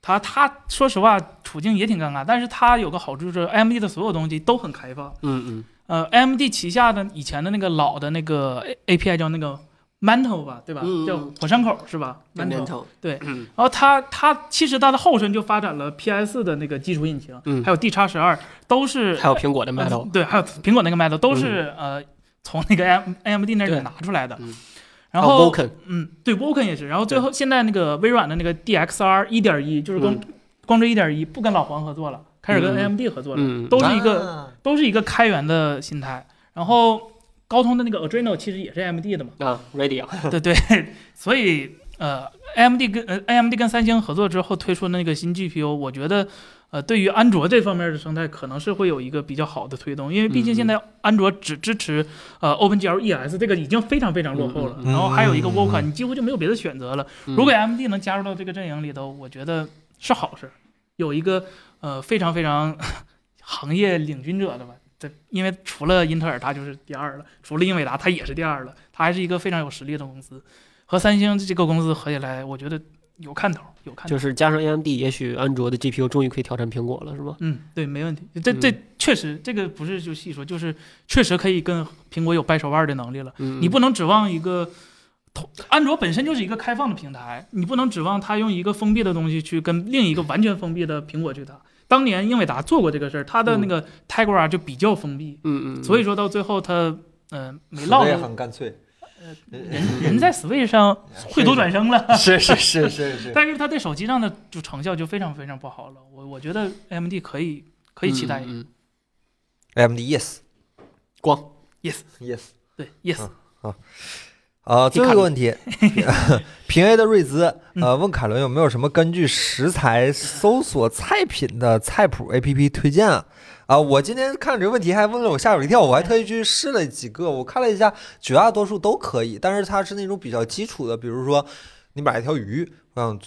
它它说实话处境也挺尴尬，但是它有个好处就是 AMD 的所有东西都很开放，嗯嗯呃，AMD 旗下的以前的那个老的那个 A P I 叫那个 Mantle 吧，对吧？嗯叫火山口是吧嗯， ？Mantle。头然后它它其实它的后身就发展了 P S 的那个基础引擎，嗯还有 D 叉十二，都是还有苹果的呃 Metal，嗯对，还有苹果那个 Mantle 都是、呃从那个 M A M D 那对里拿出来的。嗯然后 Vulkan，嗯，对，Vulkan 也是。然后最后现在那个微软的那个 D X R 一点一，就是光、光追一点一不跟老黄合作了，开始跟嗯 A M D 合作了，嗯都是一个。啊都是一个开源的心态。然后高通的那个 Adreno 其实也是 AMD [laughs] 的嘛，啊 Radio，对 [laughs] 对，所以呃，AMD 跟呃 AMD 跟三星合作之后推出的那个新 GPU，我觉得呃，对于安卓这方面的生态可能是会有一个比较好的推动，因为毕嗯竟现在安卓只支持呃 OpenGL ES 这个已经非常非常落后了，嗯然后还有一个嗯 Vulkan，你几乎就没有别的选择了。嗯如果 AMD 能加入到这个阵营里头，我觉得是好事，有一个呃非常非常 [laughs] 行业领军者的吧。这因为除了英特尔，它就是第二了；除了英伟达，它也是第二了。它还是一个非常有实力的公司，和三星这个公司合起来，我觉得有看头，有看头。就是加上 AMD，也许安卓的 GPU 终于可以挑战苹果了，是吧？嗯，对，没问题。这这嗯确实，这个不是就细说，就是确实可以跟苹果有掰手腕的能力了。嗯，你不能指望一个，安卓本身就是一个开放的平台，你不能指望它用一个封闭的东西去跟另一个完全封闭的苹果去打。当年英伟达做过这个事儿，它的那个 Tegra 就比较封闭，嗯嗯嗯，所以说到最后它嗯没死落得也下。很干脆，人人在 Switch 上绘图转生了，是是 [laughs] 是是是。但是它在手机上的就成效就非常非常不好了。我我觉得 AMD 可以可以期待一下。嗯嗯 AMD yes 光 yes。对，yes，嗯呃，最后一个问题， [laughs] 平 A 的瑞兹，呃，嗯问凯伦有没有什么根据食材搜索菜品的菜谱 APP 推荐啊？啊、我今天看这个问题还问了我吓我一跳，嗯我还特意去试了几个，我看了一下，绝大多数都可以，但是它是那种比较基础的，比如说你买一条鱼，我想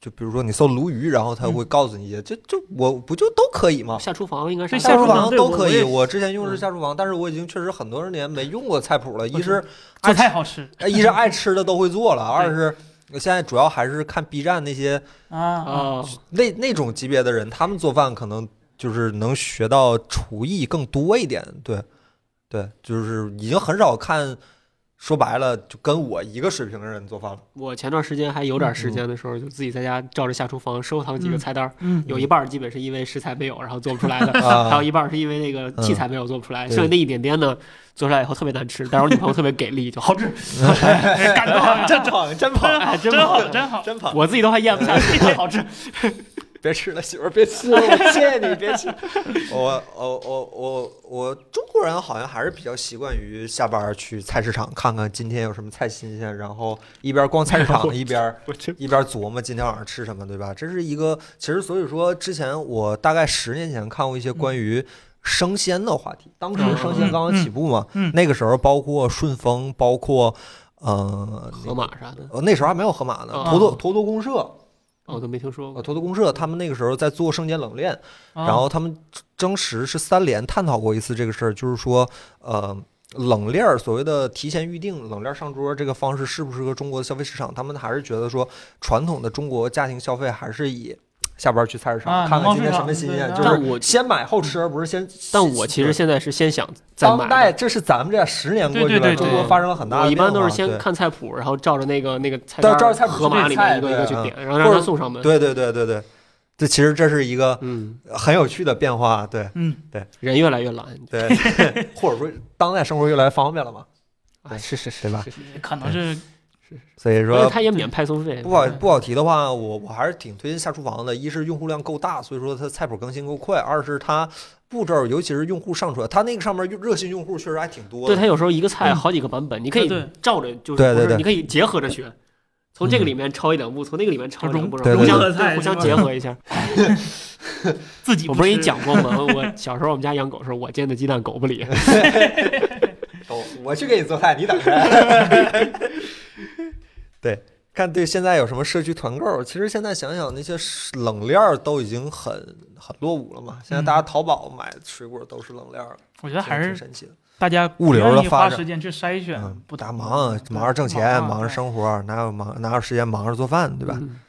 就比如说你搜鲈鱼，然后它嗯会告诉你一些，这这我不就都可以吗？下厨房应该是对下下厨厨房房对都我可我以，也嗯我之前用的是下厨房，但是我已经确实很多年没用过菜谱了，一是做菜好吃啊呃一是爱吃的都会做了，二是现在主要还是看 B 站那些啊啊，啊，那那种级别的人，他们做饭可能就是能学到厨艺更多一点。对，对，就是已经很少看，说白了就跟我一个水平的人做饭了。我前段时间还有点时间的时候，就自己在家照着下厨房收藏几个菜单儿，嗯，有一半儿基本是因为食材没有，然后做不出来的，啊还有一半儿是因为那个器材没有做不出来，嗯剩下那一点点呢，做出来以后特别难吃。但是我女朋友特别给力，就好吃，感动啊，真 [laughs] 捧，真捧，真哎好，真好，真好。真捧！我自己都还咽不 [laughs] 下去，好吃。别吃了，媳妇儿，别吃了，我谢你，别吃。我我我我我中国人好像还是比较习惯于下班儿去菜市场看看今天有什么菜新鲜，然后一边逛菜市 [laughs] 场一边我真一边琢磨今天晚上吃什么，对吧？这是一个，其实所以说，之前我大概十年前看过一些关于生鲜的话题，当时嗯生鲜刚刚起步嘛，嗯嗯那个时候包括顺丰，包括呃，河马啥的，呃那时候还没有河马呢，哦坨坨坨坨公社，我都没听说呃，过。坨坨公社他们那个时候在做生鲜冷链，嗯啊然后他们当时是三联探讨过一次这个事儿，就是说，呃，冷链儿所谓的提前预定、冷链儿上桌这个方式适不适合中国的消费市场？他们还是觉得说，传统的中国家庭消费还是以下班去菜市啊场看农贸看今天市什场么新对鲜，啊就但是我先买后吃，而不是先。嗯但我其实现在是先想再当代买。这是咱们这十年过去了，对对对中国对发生了很大我的一变化。般都是先对看菜谱，然后照着那个那个菜照单照着菜谱盒马去里点面菜一个一个去对嗯点，然后让或他者送上门。对对对对对，这其实这是一个嗯，很有趣的变化，对嗯，人越来越懒，对， [laughs] 或者说当代生活越来越方便了嘛，哎， [laughs] 是是是对吧？也可能是所以因为说他也免派送费嗯不。好不好提的话，我我还是挺推荐下厨房的。一是用户量够大，所以说它菜谱更新够快；二是它步骤，尤其是用户上传，它那个上面热心用户确实还挺多对的。他有时候一个菜好几个版本，你可以对对照着就是嗯对对不是对嗯你可以结合着学，从这个里面抄一两步，从那个里面抄一两步，对然对后互相对对对互相结合一下。自己我不吃是跟你讲过吗？ [laughs] [laughs] 我小时候我们家养狗的时候，我煎的鸡蛋狗不理。都哦我去给你做菜，你等着。 [laughs] 对，看对现在有什么社区团购？其实现在想想，那些冷链儿都已经很很落伍了嘛。现在大家淘宝买水果都是冷链儿，我觉得还挺挺是神奇的。大家物流的不愿意发花展时间去筛选嗯，不大家忙啊，忙着挣钱，忙着。生活，哪有忙哪有时间忙着做饭，对 [laughs] 吧？嗯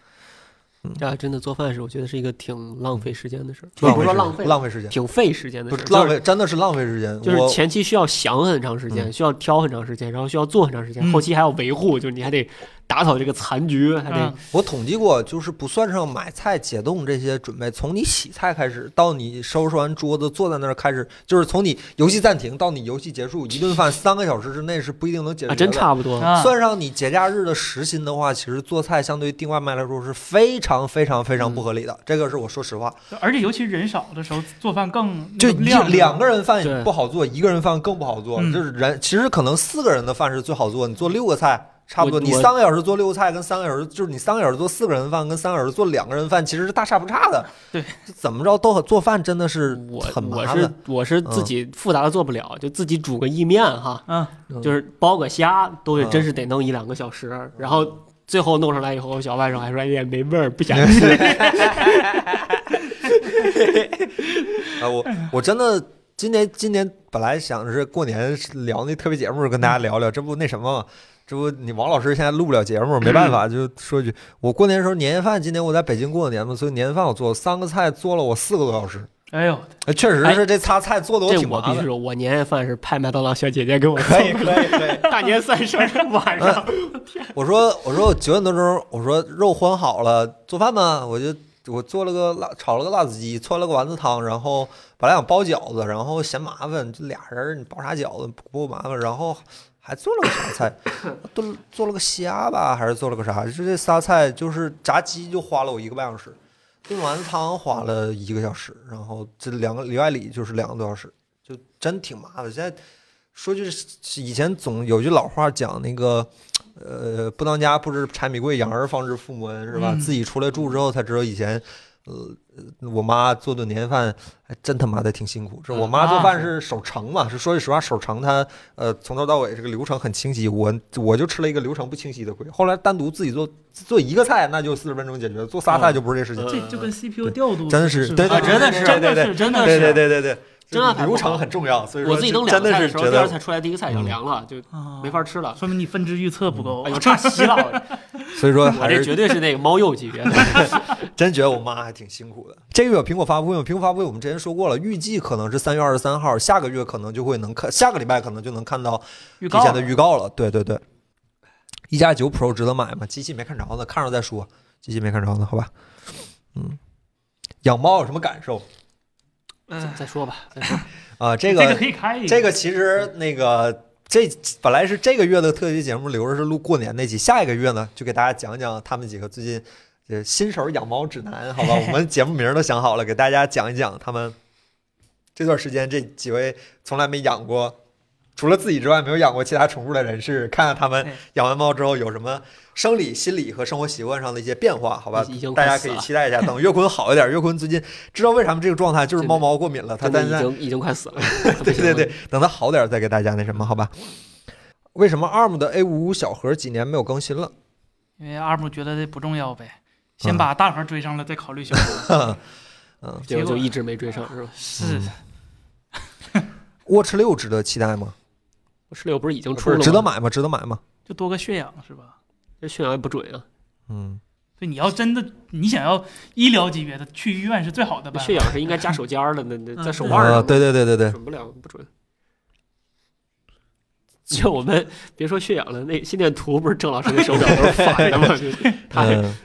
嗯啊，真的做饭是我觉得是一个挺浪费时间的事儿，浪费不是时说间浪费，浪费时间，挺费时间的不事是儿，浪费，真的是浪费时间。就是。就我嗯是前期需要想很长时间，需要挑很长时间，然后需要做很长时间，嗯后期还要维护，就是你还得打扫这个残局，还得嗯，我统计过，就是不算上买菜、解冻这些准备，从你洗菜开始，到你收拾完桌子坐在那儿开始，就是从你游戏暂停到你游戏结束，一顿饭三个小时之内是不一定能解决啊，的。真。差不多。啊算上你节假日的时薪的话，其实做菜相对于订外卖来说是非常非常非嗯常不合理的。这个是我说实话，而且尤其人少的时候，做饭更就一量两个人饭对不好做，一个人饭更不好做。嗯就是人其实可能四个人的饭是最好做，你做六个菜差不多，我你我三个小时做六个菜跟三个小时就是你三个小时做四个人饭跟三个小时做两个人饭其实是大差不差的。对，怎么着都很做饭真的是我很麻我烦是我是自嗯己复杂的做不了，就自己煮个意面哈，嗯，就是包个虾都得嗯真是得弄一两个小时，然后最后弄上来以后，我小外甥还说哎呀没味儿，[laughs] 不想吃。 [laughs] 啊，我我真的今年今年本来想着是过年聊那特别节目，跟大家聊聊，这不那什么嘛。这不，你王老师现在录不了节目，没办法，就说一句，我过年的时候年夜饭，今年我在北京过的年嘛，所以年夜饭我做三个菜，做了我四个多小时，哎呦，呃确实是这擦菜做的我这挺我麻必须烦。说，我年夜饭是派麦当劳小姐姐给我可 [laughs] 以送的。可以可以，大年三十儿晚 [laughs] 上，我说我说我九点多钟，我说肉欢好了，做饭吧，我就我做了个辣炒了个辣子鸡，汆了个丸子汤，然后本来想包饺子，然后嫌麻烦，这俩人儿你包啥饺子不麻烦，然后还做了个啥菜，炖做了个虾吧，还是做了个啥，就这仨菜就是炸鸡就花了我一个半小时。炖丸子汤花了一个小时，然后这两个里外里就是两个多小时，就真挺麻烦。现在说句以前总有句老话讲那个，呃，不当家不知柴米贵，养儿方知父母恩，是吧？嗯自己出来住之后才知道以前，呃，我妈做顿年夜饭还真他妈的挺辛苦。这嗯我妈做饭啊是手成嘛，是说句实话，手成她呃从头到尾这个流程很清晰，我我就吃了一个流程不清晰的亏。后来单独自己做做一个菜，那就四十分钟解决，做仨嗯菜就不是这事情。这就跟 CPU 对调度真是是吧对对啊对真的对是对真对的是真的对对是对对对，真安排不流好程很重要，所以说我自己弄真两个的菜的是时觉候，第二得，菜出来第一个菜就凉了，就啊没法吃了。说明你分支预测不嗯够哎。呦，差极了！我所以说我还这是绝对是那个猫鼬级 [laughs] 别的。真觉得我妈还挺辛苦的。这个有苹果发布会吗，苹果发布会我们之前说过了，预计可能是三月二十三号，下个月可能就会能看，下个礼拜可能就能看到预提告前的预告了。对对对，一加九 Pro 值得买吗？机器没看着呢，看着再说。机器没看着呢，好吧。嗯，养猫有什么感受哎再说吧，再说吧啊？这这个可以开一个这个其实嗯那个这本来是这个月的特别节目留着是录过年那期，下一个月呢就给大家讲讲他们几个最近呃新手养猫指南，好吧？我们节目名儿都想好了，给大家讲一讲他们这段时间这几位从来没养过。除了自己之外，没有养过其他宠物的人士，看看他们对养完猫之后有什么生理、心理和生活习惯上的一些变化，好吧已经？大家快死可以了期待一下。 [laughs] 等岳坤好一点，岳坤最近知道为什么这个状态，就是真猫的毛过敏了，他真但的是已经已经快 [laughs] 死了。对对对，等它好点儿再给大家那什么，好吧？为什么 ARM 的 A 五五小盒几年没有更新了？因为阿姆觉得这不重要呗，嗯先把大盒追上了再考虑小盒。 [laughs] 结果就一嗯直没追上，是吧？是， Watch 六值得期待吗？十六不是已经出不了是吗？值得买吗？值得买吗？就多个血氧是吧？这血氧也不准啊。嗯，对，你要真的你想要医疗级别的，去医院是最好的办血法。氧是应该加手尖儿的，那那嗯在手腕儿啊，上，对对对对对，准不了，不准。就我们别说血氧了，那心电图不是郑老师那手表都是反的 [laughs] 吗？就是他是嗯，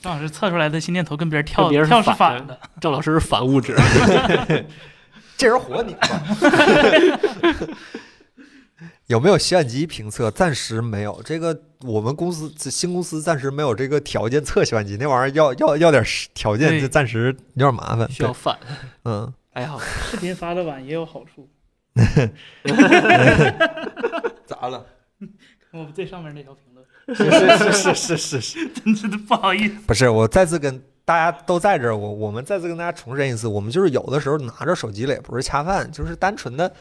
张老师测出来的心电图跟别人跳跟别人跳是反的反的，郑老师是 [laughs] 反物质，这人活你吧。 [laughs] 有没有洗碗机评测？暂时没有。这个我们公司新公司暂时没有这个条件测洗碗机，那玩意儿要要要点时条件，对就暂时有点麻烦。需要对反。嗯，哎呀， [laughs] 视频发的晚也有好处。咋了？我们最上面那条评论， [laughs] 是是是是是是，真的不好意思。不是我再次跟大家都在这儿，我我们再次跟大家重申一次，我们就是有的时候拿着手机了，也不是恰饭，就是单纯的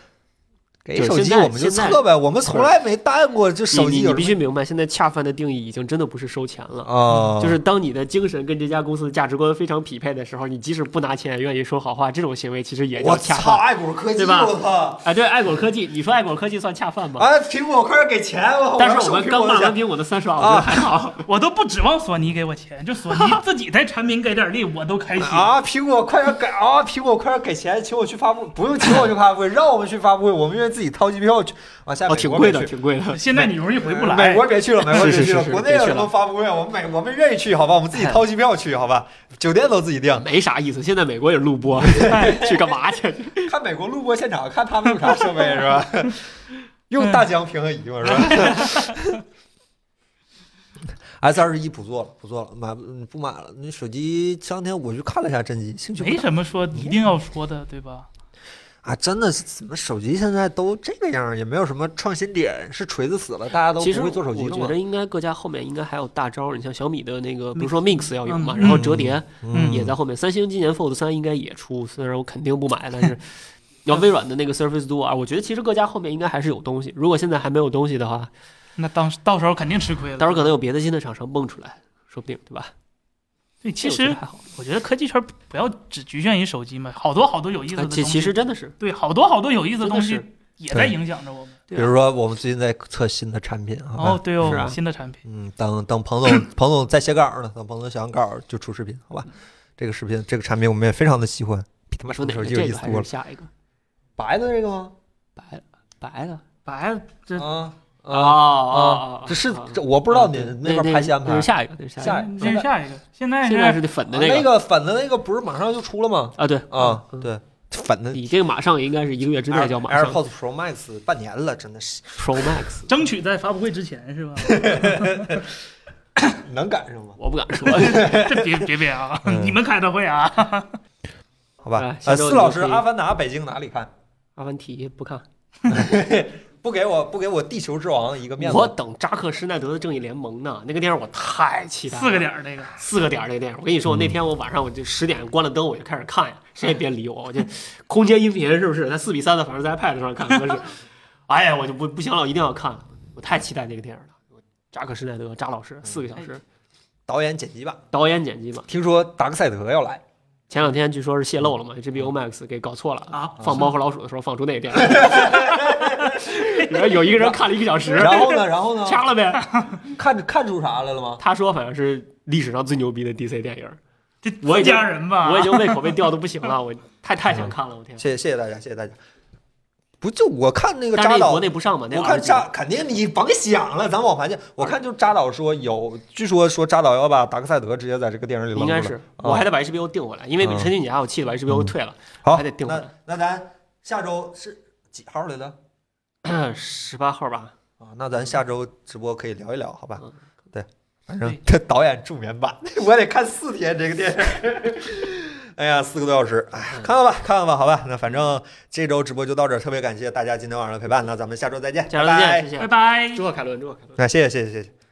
给就是手机现在我们就现在测呗，我们从来没淡过就手你机你有什你必么须明白，现在恰饭的定义已经真的不是收钱了。啊，就是当你的精神跟这家公司的价值观非常匹配的时候，你即使不拿钱，愿意说好话，这种行为其实也叫我恰操，饭。爱国科技，对吧我操！哎，对，爱果科技，你说爱果科技算恰饭吗？哎，苹果快点给钱！我啊但要是收我们苹刚果的骂完钱苹果的三十万，我觉得还好。我都不指望索尼给我钱，就索尼自己在产品给点力，我都开心。啊，苹果快点给啊，苹果快点给钱，请我去发布，不用请我去发布会，让我们去发布会，我们愿意自己掏机票去。往下哦，美挺国贵别的，去挺贵的。现在你容易回不来。美国别去了，美国别是是去了，是是国内别有去什么了发布会？我们美我们愿意去，好吧？我们自己掏机票去，好 [laughs] 吧？酒店都自己 [laughs] 订，没啥意思，现在美国也 [laughs] 录播，去干嘛去？看美国录播现场，看他们用啥设备是吧？ [laughs] 用大疆平衡仪嘛是吧 [laughs] ？S 二十一不做了，不做了，买嗯不买了。那手机前两天我去看了一下真机，兴趣不没大什么说一定要说的，对吧？啊！真的是怎么手机现在都这个样儿，也没有什么创新点，是锤子死了，大家都其实不会做手机我了觉吗得？应该各家后面应该还有大招儿。你像小米的那个，比如说 Mix 要有嘛，嗯然后折叠嗯也在后面。三星今年 Fold 三应该也出，虽然我肯定不买，但是要微软的那个 Surface Duo 啊，我觉得其实各家后面应该还是有东西。如果现在还没有东西的话，那当时到时候肯定吃亏了。到时候可能有别的新的厂商蹦出来，说不定对吧？对，其这个我觉实得还好，我觉得科技圈不要只局限于手机嘛，好多好多有意思的啊东其西。其实真的是，对，好多好多有意思的东真西的也在影响着我们。比如说我们最近在测新的产品啊。哦，对哦，是啊新的产品，嗯，等等，彭总，彭总在写稿呢，等彭总写完稿就出视频，好吧？这个视频，这个产品我们也非常的喜欢，比他妈你手说哪个机有这意个思还多是了。下一个？白的这个吗？白白的白这啊啊啊啊！这是啊这我不知道你啊那边拍戏安那排是。下一个，那是下下一一个个。这是下一个，现在现在是粉的啊那个个粉的那个不是马上就出了吗？啊，对啊，嗯对，粉的你这个马上应该是一个月之内就要马上 AirPods Pro Max 半年了，真的是 Pro Max，争取在发布会之前是吧？能赶上吗？我不敢 [laughs] 说。 [laughs] 这别别别啊嗯！你们开的会啊？好吧哎，呃，下周四老你师，就可以《阿凡达》北京哪里看？阿凡提不看，不给我不给我《地球之王》一个面我子，等扎克施耐德的《正义联盟》呢，那个电影我太期待了。四个点儿那个，四个点儿那电影，我跟你说，我嗯那天我晚上我就十点关了灯，我就开始看呀，谁也别理我，我就空间音频是不是？它四比三的，反正在 iPad 上看合适。 [laughs] 哎呀，我就不不行了，我一定要看，我太期待那个电影了。扎克施耐德，扎老师，四个小哎时，导演剪辑版。导演剪辑嘛。听说达克赛德要来，前两天据说是泄露了嗯嘛，HBO Max 给搞错了啊！放《猫和老鼠》的时候放出 [laughs] 那个电影，然后有一个人看了一个小时，然后呢，然后 [laughs] 呢，掐了呗。看看出啥来了吗？他说反正是历史上最牛逼的 DC 电影，这我已自经家人吧？我已经胃口被吊的不行了，我太太嗯想看了，我天！谢谢谢谢大家，谢谢大家。不就我看那个但扎是那导国，内不上嘛？那我看20集扎肯定你甭想了，咱往盘去。我看就扎导说有，据说说扎导要把达克赛德直接在这个电影里扔应出来该是，啊我还得把 HBO 定回来，因为嗯陈俊杰我气得把 HBO 退了，好还得定回那那咱下周是几号来着？来。 [clears throat] 十八号吧，啊，那咱下周直播可以聊一聊，好吧嗯？对，反正这导演助眠版， [laughs] 我得看四天这个电影。 [laughs] 哎呀，四个多小时，哎，嗯看看吧，看看吧，好吧。那反正这周直播就到这儿，特别感谢大家今天晚上的陪伴，那咱们下周再见，下周拜再拜见，谢谢拜。拜。祝贺凯伦，祝贺凯伦。那谢谢谢谢谢谢。